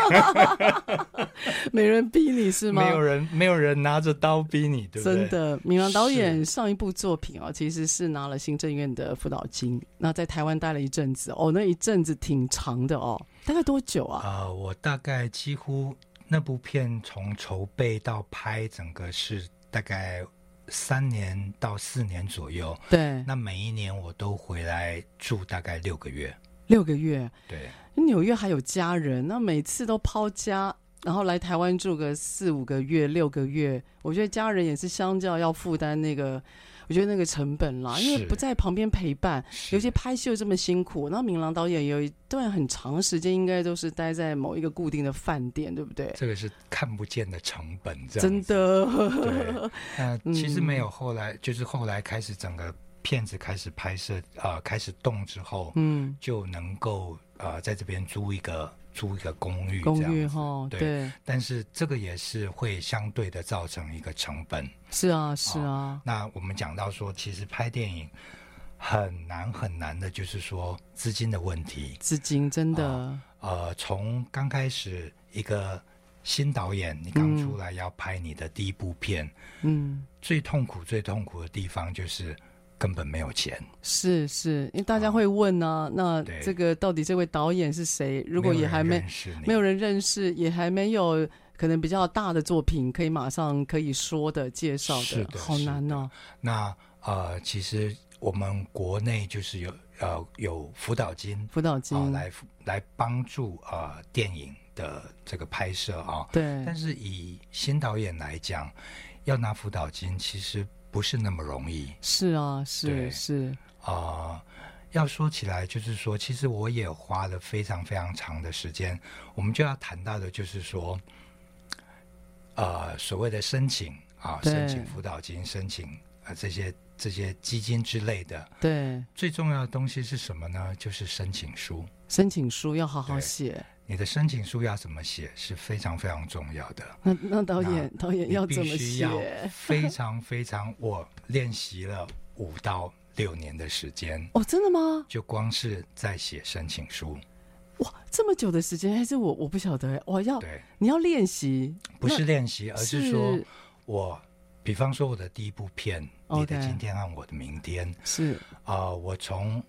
S1: 没人逼你 [LAUGHS] 是吗？
S2: 没有人没有人拿着刀逼你，对不对？
S1: 真的，米兰导演
S2: 是
S1: 上一部作品哦，其实是拿了行政院的辅导金，那在台湾待了一阵子哦，那一阵子挺长的哦，大概多久啊？
S2: 啊、我大概几乎那部片从筹备到拍，整个是大概三年到四年左右。
S1: 对，
S2: 那每一年我都回来住大概六个月，
S1: 六个月。
S2: 对。
S1: 纽约还有家人，那每次都抛家，然后来台湾住个四五个月、六个月，我觉得家人也是相较要负担那个，我觉得那个成本啦，因为
S2: 是
S1: 不在旁边陪伴，
S2: 是
S1: 尤其拍戏又这么辛苦，那明郎导演有一段很长时间应该都是待在某一个固定的饭店，对不对？
S2: 这个是看不见的成本，这样
S1: 真
S2: 子
S1: 的， [LAUGHS]
S2: 对，那
S1: 嗯
S2: 其实没有后来，就是后来开始整个片子开始拍摄，呃，开始动之后，
S1: 嗯，
S2: 就能够呃在这边租一个租一个公寓，
S1: 公
S2: 这样
S1: 寓
S2: 子
S1: 哈，
S2: 对。
S1: 对，
S2: 但是这个也是会相对的造成一个成本。
S1: 是啊，是啊，
S2: 那我们讲到说，其实拍电影很难很难的，就是说资金的问题。
S1: 资金真的，
S2: 呃，从刚开始一个新导演，你刚出来要拍你的第一部片，
S1: 嗯，
S2: 最痛苦、最痛苦的地方就是根本没有钱。
S1: 是是，因为大
S2: 啊
S1: 家会问呢，那
S2: 对
S1: 这个到底这位导演是谁？如果也还没没
S2: 没
S1: 有
S2: 有人认识你
S1: 人认识，也还没有可能比较大的作品可以马上可以说的介绍
S2: 是的
S1: 好难哦，
S2: 那呃，其实我们国内就是有呃有辅导金
S1: 辅导
S2: 啊、
S1: 金，
S2: 来来帮助呃电影的这个拍摄啊、
S1: 对
S2: 但，是以新导演来讲，要拿辅导金其实不是那么容易
S1: 是啊，是
S2: 对
S1: 是，
S2: 啊。呃要说起来，就是说，其实我也花了非常非常长的时间。我们就要谈到的，就是说，呃，所谓的申请啊，
S1: 对
S2: 申请辅导金、申请啊、呃、这些这些基金之类的。
S1: 对，
S2: 最重要的东西是什么呢？就是申请书。
S1: 申请书要好好
S2: 对
S1: 写。
S2: 你的申请书要怎么写是非常非常重要的。
S1: 那那导演导演 [LAUGHS]
S2: 你
S1: 要
S2: 必
S1: 怎么
S2: 须
S1: 写
S2: 要？非常非常，我练习了五到六年的时间，
S1: 哦，真的吗？
S2: 就光是在写申请书。
S1: 哇，这么久的时间，还是我我不晓得，欸我要
S2: 对，
S1: 你要练习，
S2: 不是
S1: 哦那
S2: 练习，而是说
S1: 是
S2: 我，比方说我的第一部片《你的
S1: OK
S2: 今天和我的明天》
S1: 是
S2: 啊、我从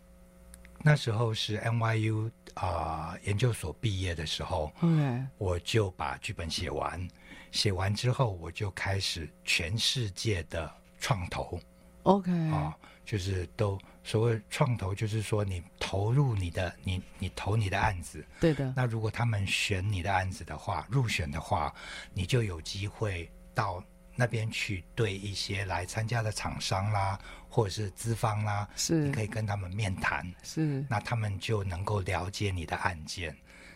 S2: 那时候是 NYU 啊、研究所毕业的时候，
S1: OK，
S2: 我就把剧本写完，写完之后我就开始全世界的创投。
S1: OK，、
S2: 啊，就是都所谓创投，就是说你投入你的你你投你的案子，
S1: 对的，
S2: 那如果他们选你的案子的话，入选的话，你就有机会到那边去对一些来参加的厂商啦，或者是资方啦，你
S1: 是
S2: 可以跟他们面谈，
S1: 是
S2: 那他们就能够了解你的案件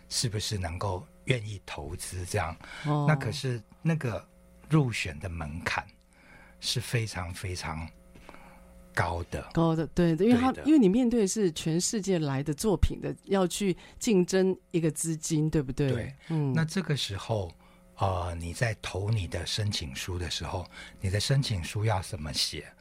S2: 是不是能够愿意投资这样。
S1: 哦
S2: 那可是那个入选的门槛是非常非常高的。
S1: 高的，哦对的，因为他
S2: 对的
S1: 因为你面对的是全世界来的作品的，要去竞争一个资金，对不对？
S2: 对，
S1: 嗯，
S2: 那这个时候，呃，你在投你的申请书的时候，你的申请书要怎么写？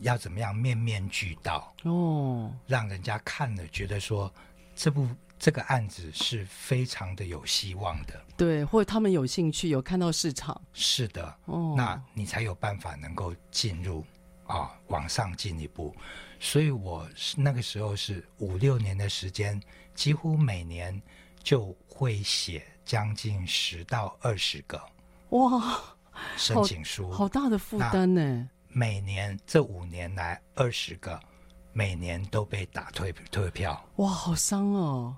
S2: 要怎么样面面俱到，
S1: 哦，
S2: 让人家看了觉得说这部这个案子是非常的有希望的。
S1: 对，或者他们有兴趣，有看到市场，
S2: 是的，
S1: 哦，
S2: 那你才有办法能够进入啊，往上进一步。所以我是那个时候是五六年的时间，几乎每年就会写将近十到二十个
S1: 哇，
S2: 申请书，
S1: 好大的负
S2: 那
S1: 担呢，
S2: 每年这五年来二十个，每年都被打退退票，
S1: 哇，好伤哦，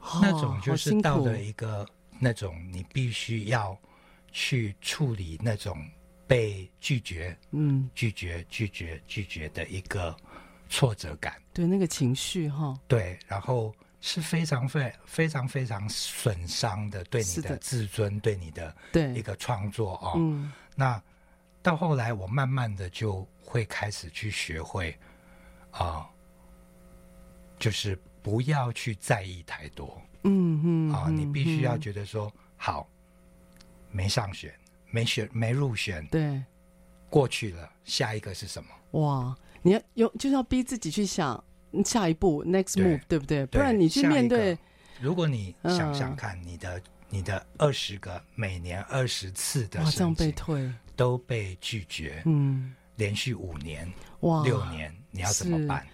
S1: 哦
S2: 那种就
S1: 好
S2: 是
S1: 辛
S2: 到
S1: 苦
S2: 了一个那种你必须要去处理那种被拒绝
S1: 嗯，
S2: 拒绝、拒绝、拒绝的一个挫折感。
S1: 对，那个情绪哈，
S2: 对，然后是非常非非常非常损伤的，对你
S1: 是的
S2: 的自尊，对你的一
S1: 对，
S2: 个创作哦。
S1: 嗯，
S2: 那到后来，我慢慢的就会开始去学会啊、就是不要去在意太多
S1: 嗯嗯
S2: 啊、你必须要觉得说，好，没上选，没选，没入选，
S1: 对，
S2: 过去了，下一个是什么？
S1: 哇，你要有就是要逼自己去想嗯下一步 next
S2: 对
S1: move，对不对？不然你去
S2: 下一
S1: 面
S2: 个
S1: 对，
S2: 如果你想想
S1: 嗯
S2: 看，你的你的二十个每年二十次的
S1: 哇，这样
S2: 申
S1: 被
S2: 请
S1: 退，
S2: 都被拒绝，
S1: 嗯，
S2: 连续五年、
S1: 哇，
S2: 六年，你要怎么办？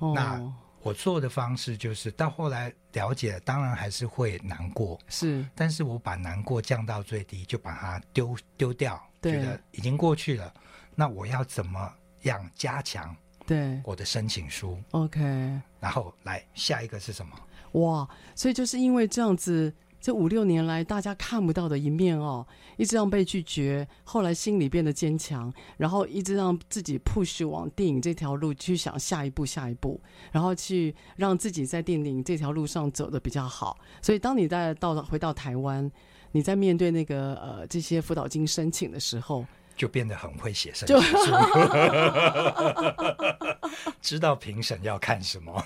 S1: 哦，
S2: 那我做的方式就是到后来了解，当然还是会难过，
S1: 是
S2: 但是我把难过降到最低，就把它丢丢掉，
S1: 对
S2: 觉得已经过去了。那我要怎么样加强
S1: 对
S2: 我的申请书？
S1: ，OK，
S2: 然后来下一个是什么？
S1: 哇，所以就是因为这样子。这五六年来，大家看不到的一面哦，一直让被拒绝，后来心里变得坚强，然后一直让自己 push 往电影这条路去想下一步、下一步，然后去让自己在电影这条路上走的比较好。所以，当你在到了回到台湾，你在面对那个呃这些辅导金申请的时候，
S2: 就变得很会写申请书，知道评审要看什么。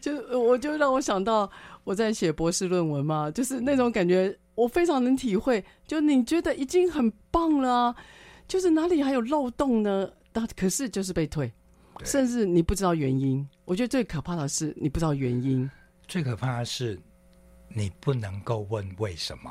S1: 就呃我就让我想到我在写博士论文嘛，就是那种感觉，我非常能体会。就你觉得已经很棒了啊、就是哪里还有漏洞呢？但可是就是被退，
S2: 对
S1: 甚至你不知道原因。我觉得最可怕的是你不知道原因。
S2: 最可怕的是，你不能够问为什么，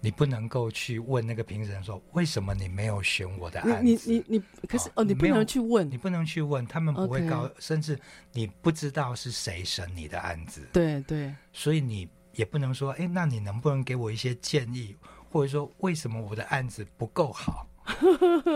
S2: 你不能够去问那个评审说为什么你没有选我的案
S1: 你
S2: 子。
S1: 你你你，可是
S2: 哦
S1: 哦，你不
S2: 没有
S1: 能去问
S2: 你。不能去问，他们不会
S1: OK
S2: 告甚至你不知道是谁审你的案子，
S1: 对对，
S2: 所以你也不能说，哎，那你能不能给我一些建议，或者说为什么我的案子不
S1: [LAUGHS]
S2: 够好？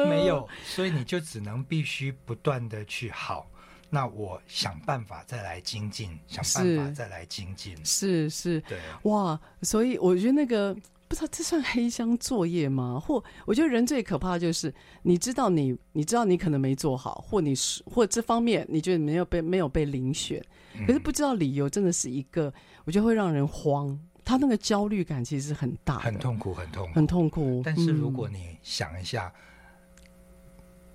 S2: 没有，所以你就只能必须不断的去好。那我想办法再来精进，想办法
S1: 是
S2: 再来精进。
S1: 是是。
S2: 对，啊
S1: 哇，所以我觉得那个不知道这算黑箱作业吗？或我觉得人最可怕的就是你知道你你知道你可能没做好，或你是或这方面你觉得你没有被没有被遴选，
S2: 嗯
S1: 可是不知道理由，真的是一个我觉得会让人慌，他那个焦虑感其实是很大的，
S2: 很痛苦，很痛苦。
S1: 很痛苦。
S2: 但是如果
S1: 嗯
S2: 你想一下，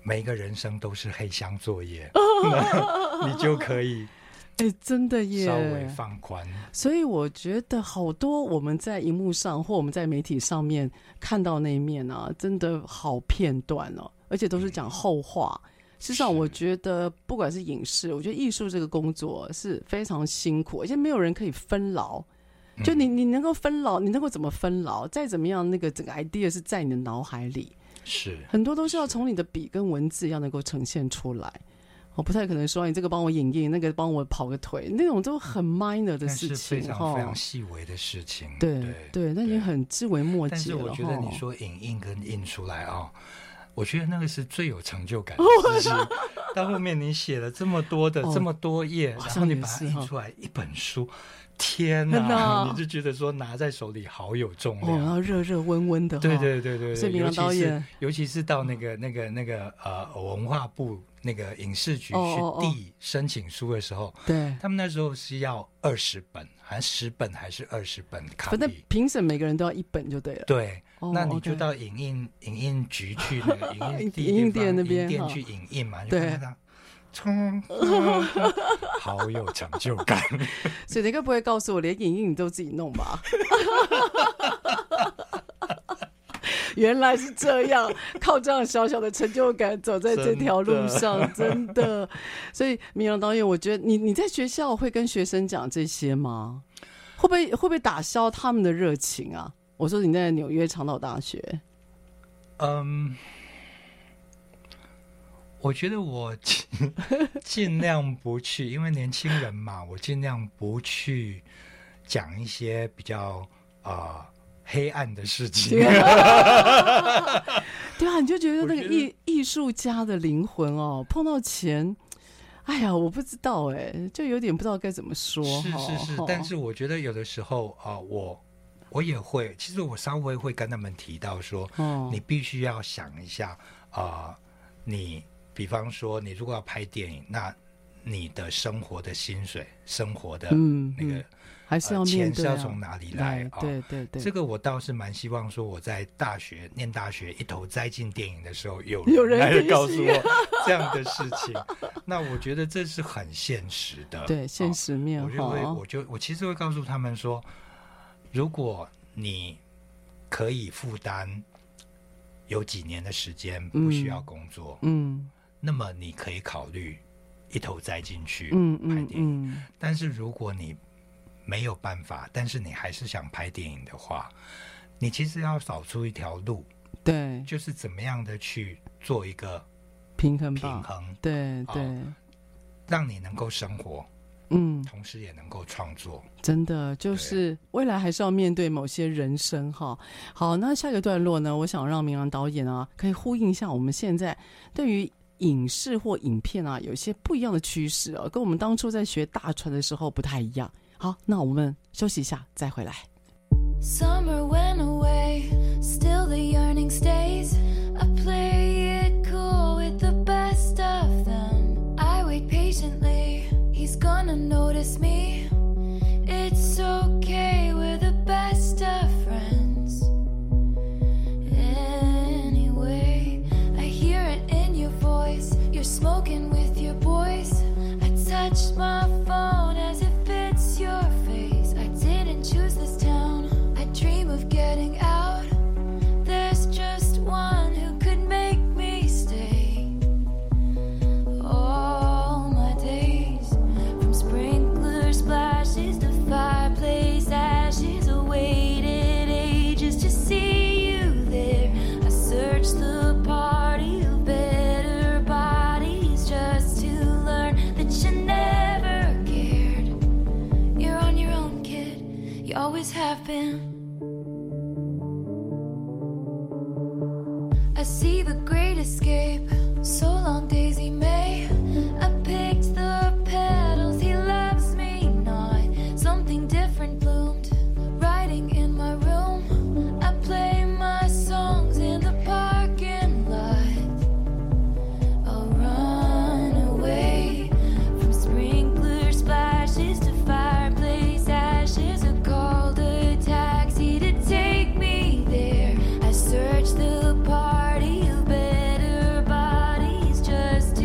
S2: 每一个人生都是黑箱作业，
S1: 嗯
S2: 那 [LAUGHS] 你就可
S1: [LAUGHS]
S2: 以
S1: 哎、真的耶，
S2: 稍微放宽。
S1: 所以我觉得好多我们在荧幕上或我们在媒体上面看到那一面啊，真的好片段哦，而且都是讲后话。事实上，我觉得不管是影视，我觉得艺术这个工作是非常辛苦，而且没有人可以分劳。就你，你能够分劳，你能够怎么分劳？再怎么样，那个整个 idea 是在你的脑海里，
S2: 是
S1: 很多都是要从你的笔跟文字要能够呈现出来。我不太可能说你这个帮我影印，那个帮我跑个腿，那种都很 minor 的
S2: 但
S1: 事
S2: 是
S1: 情
S2: 非常
S1: 哈。
S2: 非常细微的事情。
S1: 对
S2: 对
S1: 对，那已经很枝微末
S2: 但
S1: 节
S2: 是
S1: 了。
S2: 我觉得你
S1: 哈
S2: 说影印跟印出来哦，我觉得那个是最有成就
S1: [LAUGHS]
S2: 感的事情。到后面你写了这么多的、
S1: 哦
S2: 这么多页，
S1: 好
S2: 然
S1: 像
S2: 后你
S1: 也
S2: 把它
S1: 是
S2: 印
S1: 哈
S2: 出来一本书，天
S1: 真的
S2: 哪！
S1: 啊
S2: 你就觉得说拿在手里好有重
S1: 哦，然
S2: 量。
S1: 后热热温温的哈，
S2: 对对对对
S1: 所
S2: 对，
S1: 以明
S2: 尤
S1: 良导
S2: 其是
S1: 演
S2: 尤其是到那个那个那个呃文化部那个影视局
S1: 哦哦哦
S2: 去递申请书的时候，
S1: 对，
S2: 他们那时候是要二十本，还十本还是二十本卡
S1: 反正
S2: 币？
S1: 评审每个人都要一本就对了。
S2: 对，
S1: 哦
S2: 那你
S1: OK
S2: 就到影印影印局去那
S1: [LAUGHS]
S2: 个影印地
S1: 影印
S2: 地方
S1: 店那边
S2: 影店
S1: 哈
S2: 去影印嘛，你就
S1: 对
S2: 看到冲， [LAUGHS] 冲冲好有成就感。
S1: 所以你应该不会告诉我，连影印你都自己弄吧？ [LAUGHS] 原来是这样，靠这样小小的成就感走在这条路上，真的。所以明阳导演，我觉得你你在学校会跟学生讲这些吗？会不会会不会打消他们的热情啊？我说你在纽约长岛大学，
S2: 嗯，我觉得我尽 [LAUGHS] 尽量不去，因为年轻人嘛，我尽量不去讲一些比较啊、呃黑暗的
S1: [LAUGHS]
S2: 事情。 [LAUGHS]
S1: 对啊，你就觉得那个
S2: 我觉得
S1: 艺艺术家的灵魂哦，碰到钱，哎呀，我不知道哎、就有点不知道该怎么说。哦
S2: 是
S1: 哈
S2: 是是
S1: 哈，
S2: 但是我觉得有的时候啊、我我也会，其实我稍微会跟他们提到说，
S1: 哦
S2: 你必须要想一下啊、你比方说你如果要拍电影，那你的生活的薪水、生活的
S1: 嗯
S2: 那个、
S1: 嗯还是要
S2: 呃
S1: 面对、
S2: 钱是
S1: 啊
S2: 要从哪里来啊、
S1: 对对对，
S2: 这个我倒是蛮希望说，我在大学念大学一头栽进电影的时候，有
S1: 有人
S2: 来
S1: 提
S2: 告诉
S1: 醒
S2: 我 [LAUGHS] 这样的事情。那我觉得这是很现实的，
S1: 对现
S2: 啊
S1: 实面
S2: 我就会，
S1: 哈
S2: 我，就我其实会告诉他们说，如果你可以负担有几年的时间不需要工作，
S1: 嗯
S2: 那么你可以考虑一头栽进去
S1: 嗯
S2: 拍
S1: 嗯
S2: 电影。
S1: 嗯，
S2: 但是如果你没有办法，但是你还是想拍电影的话，你其实要找出一条路，
S1: 对，
S2: 就是怎么样的去做一个
S1: 平衡
S2: 平
S1: 吧，
S2: 衡，
S1: 对
S2: 好
S1: 对，
S2: 让你能够生活，
S1: 嗯，
S2: 同时也能够创作。
S1: 真的就是未来还是要面对某些人生哈。好，那下个段落呢，我想让明阳导演啊，可以呼应一下我们现在对于。影视或影片啊，有一些不一样的趋势哦，跟我们当初在学大船的时候不太一样。好，那我们休息一下，再回来。
S3: Summer went away, still the yearning stays. I play it cool with the best of them. I wait patiently, he's gonna notice me. It's okay, we're the best of friends. Anyway, I hear it in your voice. You're smoking with your boys. I touched my phone as it fits your face. I didn't choose this town. I dream of getting out. There's just one who could make me stay. All my days, from sprinkler splashes to fireplace ashes, I waited ages to see you there. I searched the party of better bodies just to learn that you never cared. You're on your own, kid. You always have been. I see the great escape. So long, Daisy May. I picked the petals. He loves me not. Something different bloomed. Writing in my room. I play my songs in the parking lot. I'll run away from sprinkler splashes to fireplace ashes. I called a taxi to take me there. I searched the party of better bodies just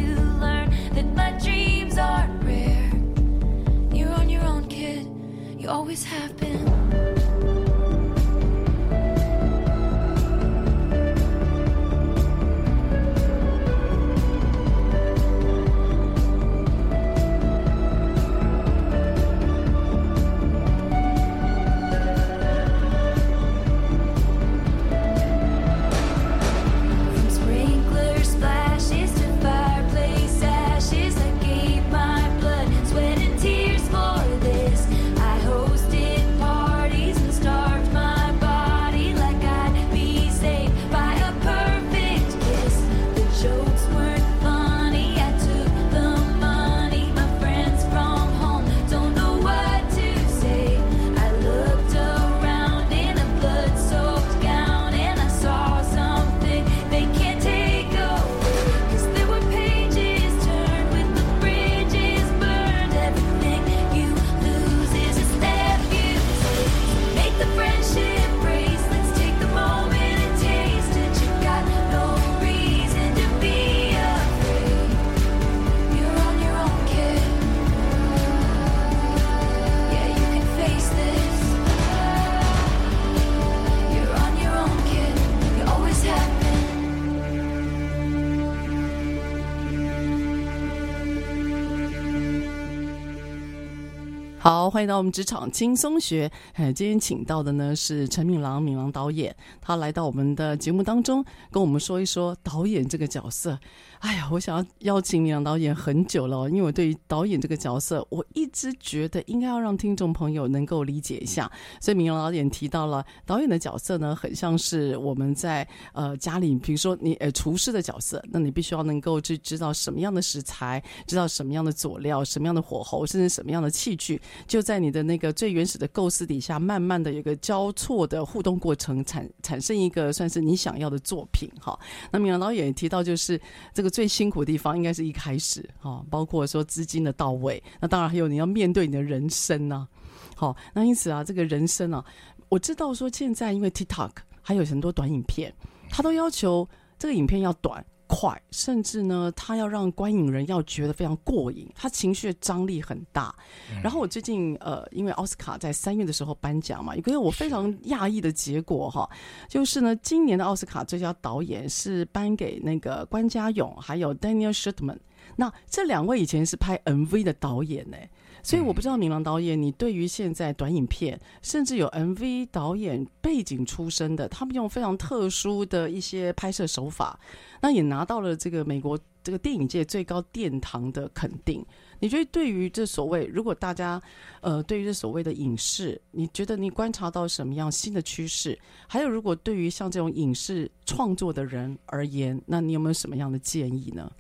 S1: 好，欢迎到我们职场轻松学。哎，今天请到的呢是陈敏郎，敏郎导演，他来到我们的节目当中，跟我们说一说导演这个角色。哎呀，我想要邀请敏郎导演很久了哦，因为我对于导演这个角色，我一直觉得应该要让听众朋友能够理解一下。所以敏郎导演提到了导演的角色呢，很像是我们在呃家里，比如说你呃厨师的角色，那你必须要能够去知道什么样的食材，知道什么样的佐料，什么样的火候，甚至什么样的器具，就在你的那个最原始的构思底下，慢慢的有一个交错的互动过程，产产生一个算是你想要的作品哈。那敏郎导演也提到，就是这个最辛苦的地方应该是一开始哈，包括说资金的到位，那当然还有你要面对你的人生呐、好，那因此啊，这个人生啊，我知道说现在因为 TikTok 还有很多短影片，它都要求这个影片要短。快，甚至呢，它要让观影人要觉得非常过瘾，它情绪的张力很大。然后我最近呃，因为奥斯卡在三月的时候颁奖嘛，有个我非常讶异的结果哈，就是呢，今年的奥斯卡最佳导演是颁给那个关家勇还有 Daniel Sherman。那这两位以前是拍 MV 的导演呢、所以我不知道明郎导演，你对于现在短影片，甚至有 MV 导演背景出身的，他们用非常特殊的一些拍摄手法，那也拿到了这个美国这个电影界最高殿堂的肯定。你觉得对于这所谓，如果大家呃对于这所谓的影视，你觉得你观察到什么样新的趋势？还有，如果对于像这种影视创作的人而言，那你有没有什么样的建议呢？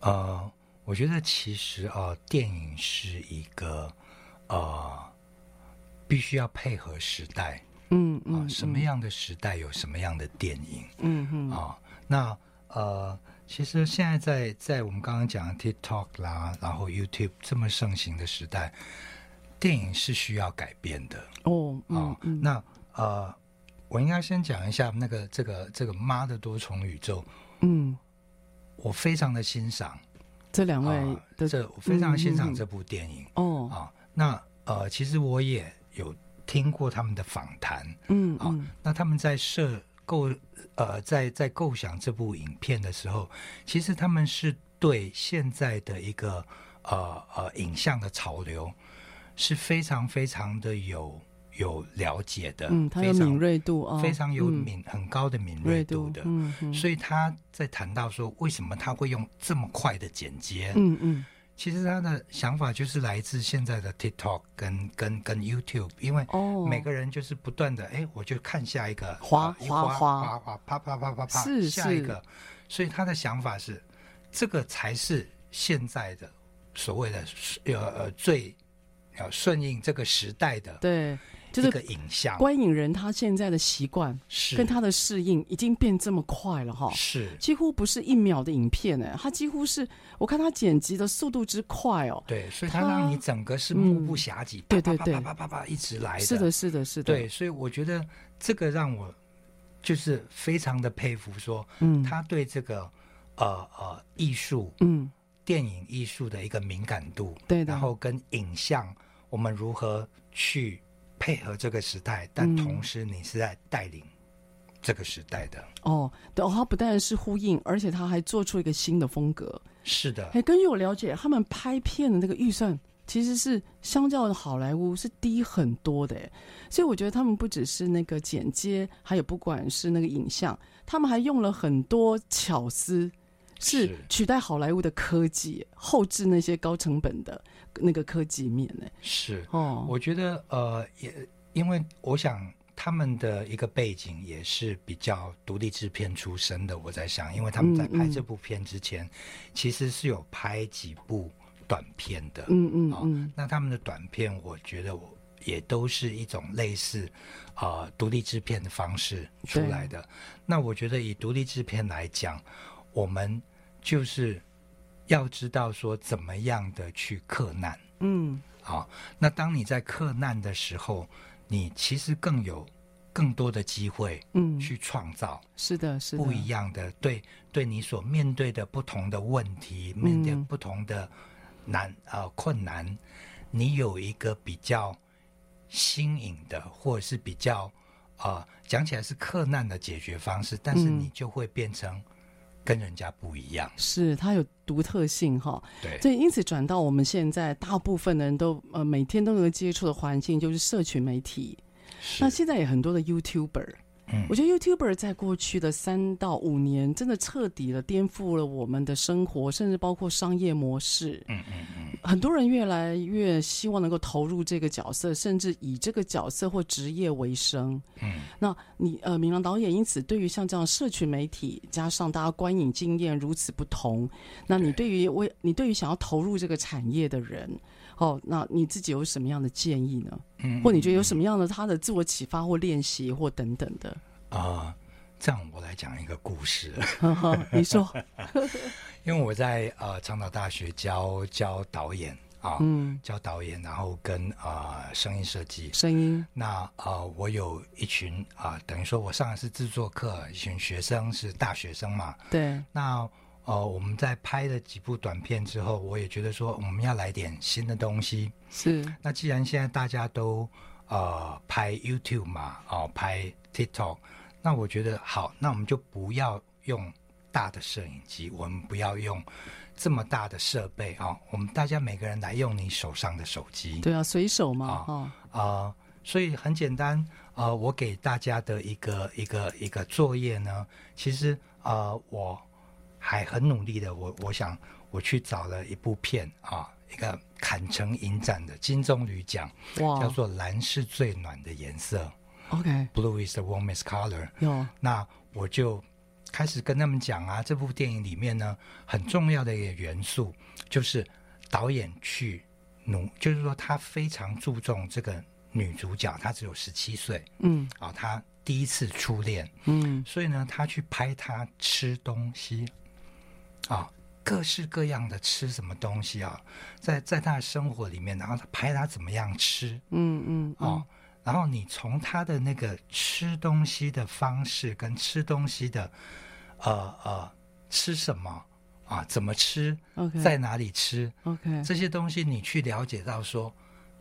S2: 呃，我觉得其实啊、呃电影是一个呃，必须要配合时代
S1: 嗯
S2: 啊、
S1: 嗯
S2: 什么样的时代有什么样的电影。
S1: 嗯嗯
S2: 啊、那呃，其实现在在在我们刚刚讲的 TikTok 啦，然后 YouTube 这么盛行的时代，电影是需要改变的
S1: 哦
S2: 啊、
S1: 嗯嗯
S2: 那呃，我应该先讲一下那个这个这个妈的多重宇宙，
S1: 嗯，
S2: 我非常的欣赏
S1: 这两位
S2: 啊、
S1: 的、
S2: 这我非常欣
S1: 嗯
S2: 赏
S1: 嗯
S2: 这部电影啊、
S1: 哦
S2: 那呃，其实我也有听过他们的访谈，
S1: 嗯
S2: 啊、那他们在设构呃，在在构想这部影片的时候，其实他们是对现在的一个呃呃影像的潮流是非常非常的有有了解的，
S1: 嗯，他有
S2: 非常
S1: 敏锐度啊，
S2: 非常有
S1: 嗯
S2: 敏、很高的敏
S1: 锐
S2: 锐度的，
S1: 嗯嗯
S2: 所以他在谈到说为什么他会用这么快的剪接，
S1: 嗯嗯
S2: 其实他的想法就是来自现在的 TikTok 跟跟跟 YouTube，因为
S1: 哦
S2: 每个人就是不断的，哎、我就看下一个
S1: 滑
S2: 呃一
S1: 滑
S2: 滑
S1: 滑
S2: 滑，啪啪啪啪啪，
S1: 是
S2: 下一
S1: 是
S2: 个。所以他的想法是，这个才是现在的所谓的呃呃最呃顺应这个时代的
S1: 对，就
S2: 一个
S1: 是
S2: 影像，
S1: 观影人他现在的习惯
S2: 是
S1: 跟他的适应已经变这么快了哈。
S2: 是
S1: 几乎不是一秒的影片哎，他几乎是我看他剪辑的速度之快哦，
S2: 对，所以他
S1: 他嗯
S2: 让你整个是目不暇给，
S1: 对
S2: 啪
S1: 对
S2: 啪
S1: 对
S2: 啪啪啪啪一直来
S1: 是的，是的，是的，
S2: 对，，所以我觉得这个让我就是非常的佩服，说
S1: 嗯，
S2: 他对这个呃呃艺术、
S1: 嗯
S2: 电影艺术的一个敏感度，
S1: 对的
S2: 然后跟影像我们如何去配合这个时代，但同时你是在带领这个时代的。
S1: 哦，对哦，他不但是呼应，而且他还做出一个新的风格。
S2: 是的，
S1: 哎，根据我了解，他们拍片的那个预算其实是相较好莱坞是低很多的，哎所以我觉得他们不只是那个剪接，还有不管是那个影像，他们还用了很多巧思，是
S2: 是
S1: 取代好莱坞的科技后置那些高成本的那个科技面呢。
S2: 是
S1: 哦，
S2: 我觉得呃，也因为我想他们的一个背景也是比较独立制片出身的，我在想，因为他们在拍
S1: 嗯
S2: 这部片之前，其实是有拍几部短片的，
S1: 嗯嗯
S2: 啊
S1: 嗯，
S2: 那他们的短片，我觉得我。也都是一种类似，呃，独立制片的方式出来的。那我觉得以独立制片来讲，我们就是要知道说怎么样的去克难，
S1: 嗯，
S2: 啊，那当你在克难的时候，你其实更有更多的机会，
S1: 嗯
S2: 去创造
S1: 是的，是的，
S2: 不一样的，对对你所面对的不同的问题，面对
S1: 嗯
S2: 不同的难呃困难，你有一个比较新颖的，或者是比较啊、呃讲起来是克难的解决方式，但是
S1: 嗯
S2: 你就会变成跟人家不一样。
S1: 是它有独特性哈，
S2: 对，
S1: 所以因此转到我们现在大部分的人都呃每天都能够接触的环境就是社群媒体。
S2: 是
S1: 那现在也很多的 YouTuber，、
S2: 嗯
S1: 我觉得 YouTuber 在过去的三到五年真的彻底的颠覆了我们的生活，甚至包括商业模式。
S2: 嗯嗯嗯，
S1: 很多人越来越希望能够投入这个角色，甚至以这个角色或职业为生。
S2: 嗯，
S1: 那你呃，明朗导演，因此对于像这样社群媒体加上大家观影经验如此不同，那你对于为你对于想要投入这个产业的人，哦，那你自己有什么样的建议呢？
S2: 嗯
S1: 或你觉得有什么样的他的自我启发或练习或等等的？
S2: 啊、这样我来讲一个故事。 [LAUGHS]
S1: 你说，
S2: 因为我在呃长岛大学教教导演啊，
S1: 嗯，
S2: 教导演，然后跟呃声音设计。
S1: 声音，
S2: 那呃，我有一群啊、等于说我上的是制作课，一群学生是大学生嘛。
S1: 对，
S2: 那呃，我们在拍了几部短片之后，我也觉得说我们要来点新的东西。
S1: 是，
S2: 那既然现在大家都呃拍 YouTube 嘛，哦、拍 TikTok，那我觉得好，那我们就不要用大的摄影机，我们不要用这么大的设备啊、哦我们大家每个人来用你手上的手机。
S1: 对啊，随手嘛
S2: 啊，
S1: 哦，
S2: 啊、所以很简单，呃，我给大家的一个一个一个作业呢，其实呃，我还很努力的，我我想我去找了一部片啊，一个坎城影展的金棕榈奖，
S1: 哇
S2: 叫做《蓝是最暖的颜色
S1: OK，》
S2: （Blue is the warmest color）。
S1: 有，
S2: 那我就开始跟他们讲啊，这部电影里面呢，很重要的一个元素就是导演去努，就是说他非常注重这个女主角，她只有十七岁
S1: 嗯
S2: 啊，她第一次初恋，
S1: 嗯，
S2: 所以呢，他去拍她吃东西啊。各式各样的吃什么东西啊，在在她的生活里面，然后他拍她怎么样吃，
S1: 嗯嗯，
S2: 哦，然后你从他的那个吃东西的方式跟吃东西的，呃呃，吃什么啊，怎么吃
S1: OK 嗯
S2: 在哪里吃
S1: OK，
S2: 这些东西，你去了解到说，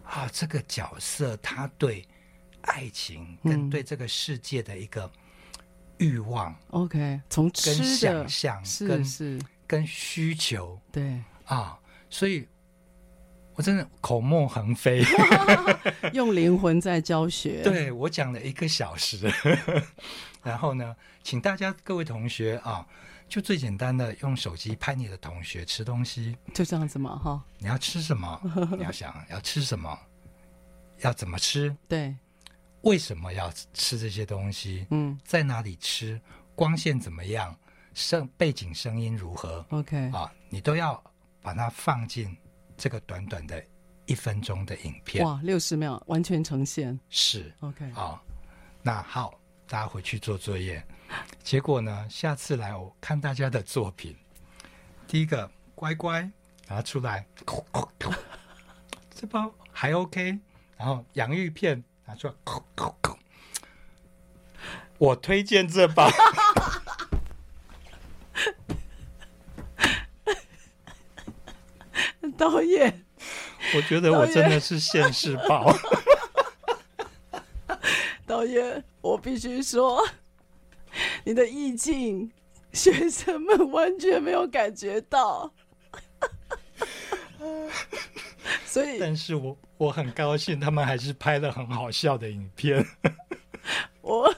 S2: 啊，这个角色他对爱情跟
S1: 嗯
S2: 对这个世界的一个欲望、
S1: OK，从吃
S2: 跟
S1: 的
S2: 想象、
S1: 是
S2: 跟
S1: 是，
S2: 跟需求
S1: 对，
S2: 啊，所以我真的口沫
S1: [LAUGHS]
S2: 横飞。
S1: 用灵魂在教学，，
S2: 对我讲了一个小时，然后呢，请大家各位同学啊，就最简单的用手机拍你的同学吃东西，
S1: 就这样子嘛，哈，
S2: 你要吃什么？你要想要吃什么，要怎么吃，
S1: 对，
S2: 为什么要吃这些东西，
S1: 嗯
S2: 在哪里吃，光线怎么样，声背景声音如何
S1: ，OK，
S2: 啊，你都要把它放进这个短短的一分钟的影片，
S1: 哇，六十秒完全呈现
S2: 是。
S1: ，OK，
S2: 好、那好，大家回去做作业。结果呢，下次来我看大家的作品，第一个乖乖拿出来， [LAUGHS] 叩叩叩这包还 OK。然后洋芋片拿出来， [LAUGHS] 叩叩叩我推荐这包。
S1: [LAUGHS] 导演，
S2: 我觉得我真的是现世报。
S1: 导演，我必须说， [LAUGHS] 你的意境， [LAUGHS] 学生们完全没有感觉到， [LAUGHS] 所以
S2: 但是我我很高兴，他们还是拍了很好笑的影片。
S1: 我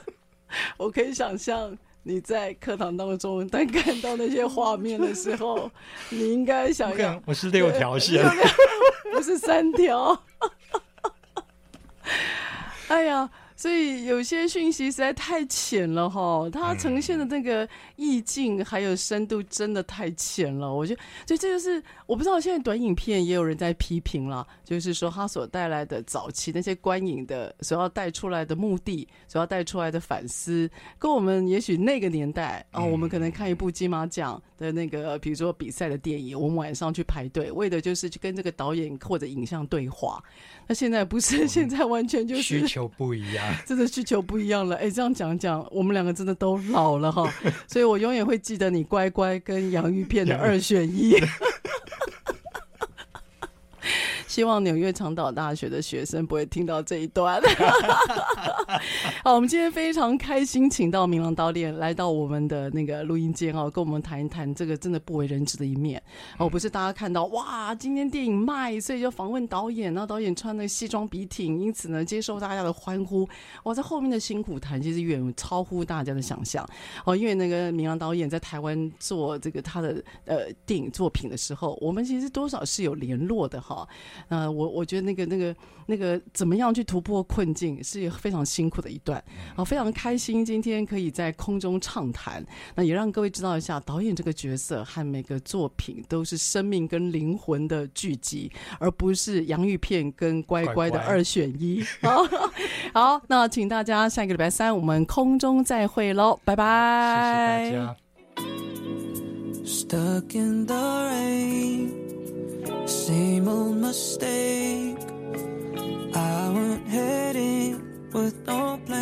S1: 我可以想象你在课堂当中，当看到那些画面的时候，你应该想
S2: 我
S1: 要
S2: 看我是六条线。
S1: 不是三条。 [LAUGHS] 哎呀，所以有些讯息实在太浅了哈，它呈现的那个意境还有深度真的太浅了。我觉得，所以这就是我不知道现在短影片也有人在批评了，就是说它所带来的早期那些观影的所要带出来的目的，所要带出来的反思，跟我们也许那个年代啊、
S2: 嗯
S1: 我们可能看一部金马奖的那个，比如说比赛的电影，我们晚上去排队，为的就是去跟这个导演或者影像对话。那现在不是，现在完全就是
S2: 嗯需求不一样，
S1: 真的需求不一样了。哎，这样讲讲，我们两个真的都老了哈，所以我永远会记得你乖乖跟洋芋片的二选一。 [LAUGHS] 希望纽约长岛大学的学生不会听到这一段。 [LAUGHS] 好，我们今天非常开心，请到明朗导演来到我们的那个录音间哦，跟我们谈一谈这个真的不为人知的一面哦，不是大家看到哇，今天电影卖，所以就访问导演，然后导演穿的西装笔挺，因此呢接受大家的欢呼。哇，在后面的辛苦谈其实远超乎大家的想象哦，因为那个明朗导演在台湾做这个他的呃电影作品的时候，我们其实多少是有联络的哈。呃，我我觉得那个那个那个怎么样去突破困境是非常辛苦的一段，啊、非常开心今天可以在空中畅谈，那也让各位知道一下导演这个角色和每个作品都是生命跟灵魂的聚集，而不是洋芋片跟乖乖的
S2: 乖乖
S1: 二选一。 [LAUGHS] 好，好，那请大家下个礼拜三我们空中再会喽，拜拜，
S2: 谢谢大家。
S3: Stuck in the rain, same old mistake. I went heading with no plan.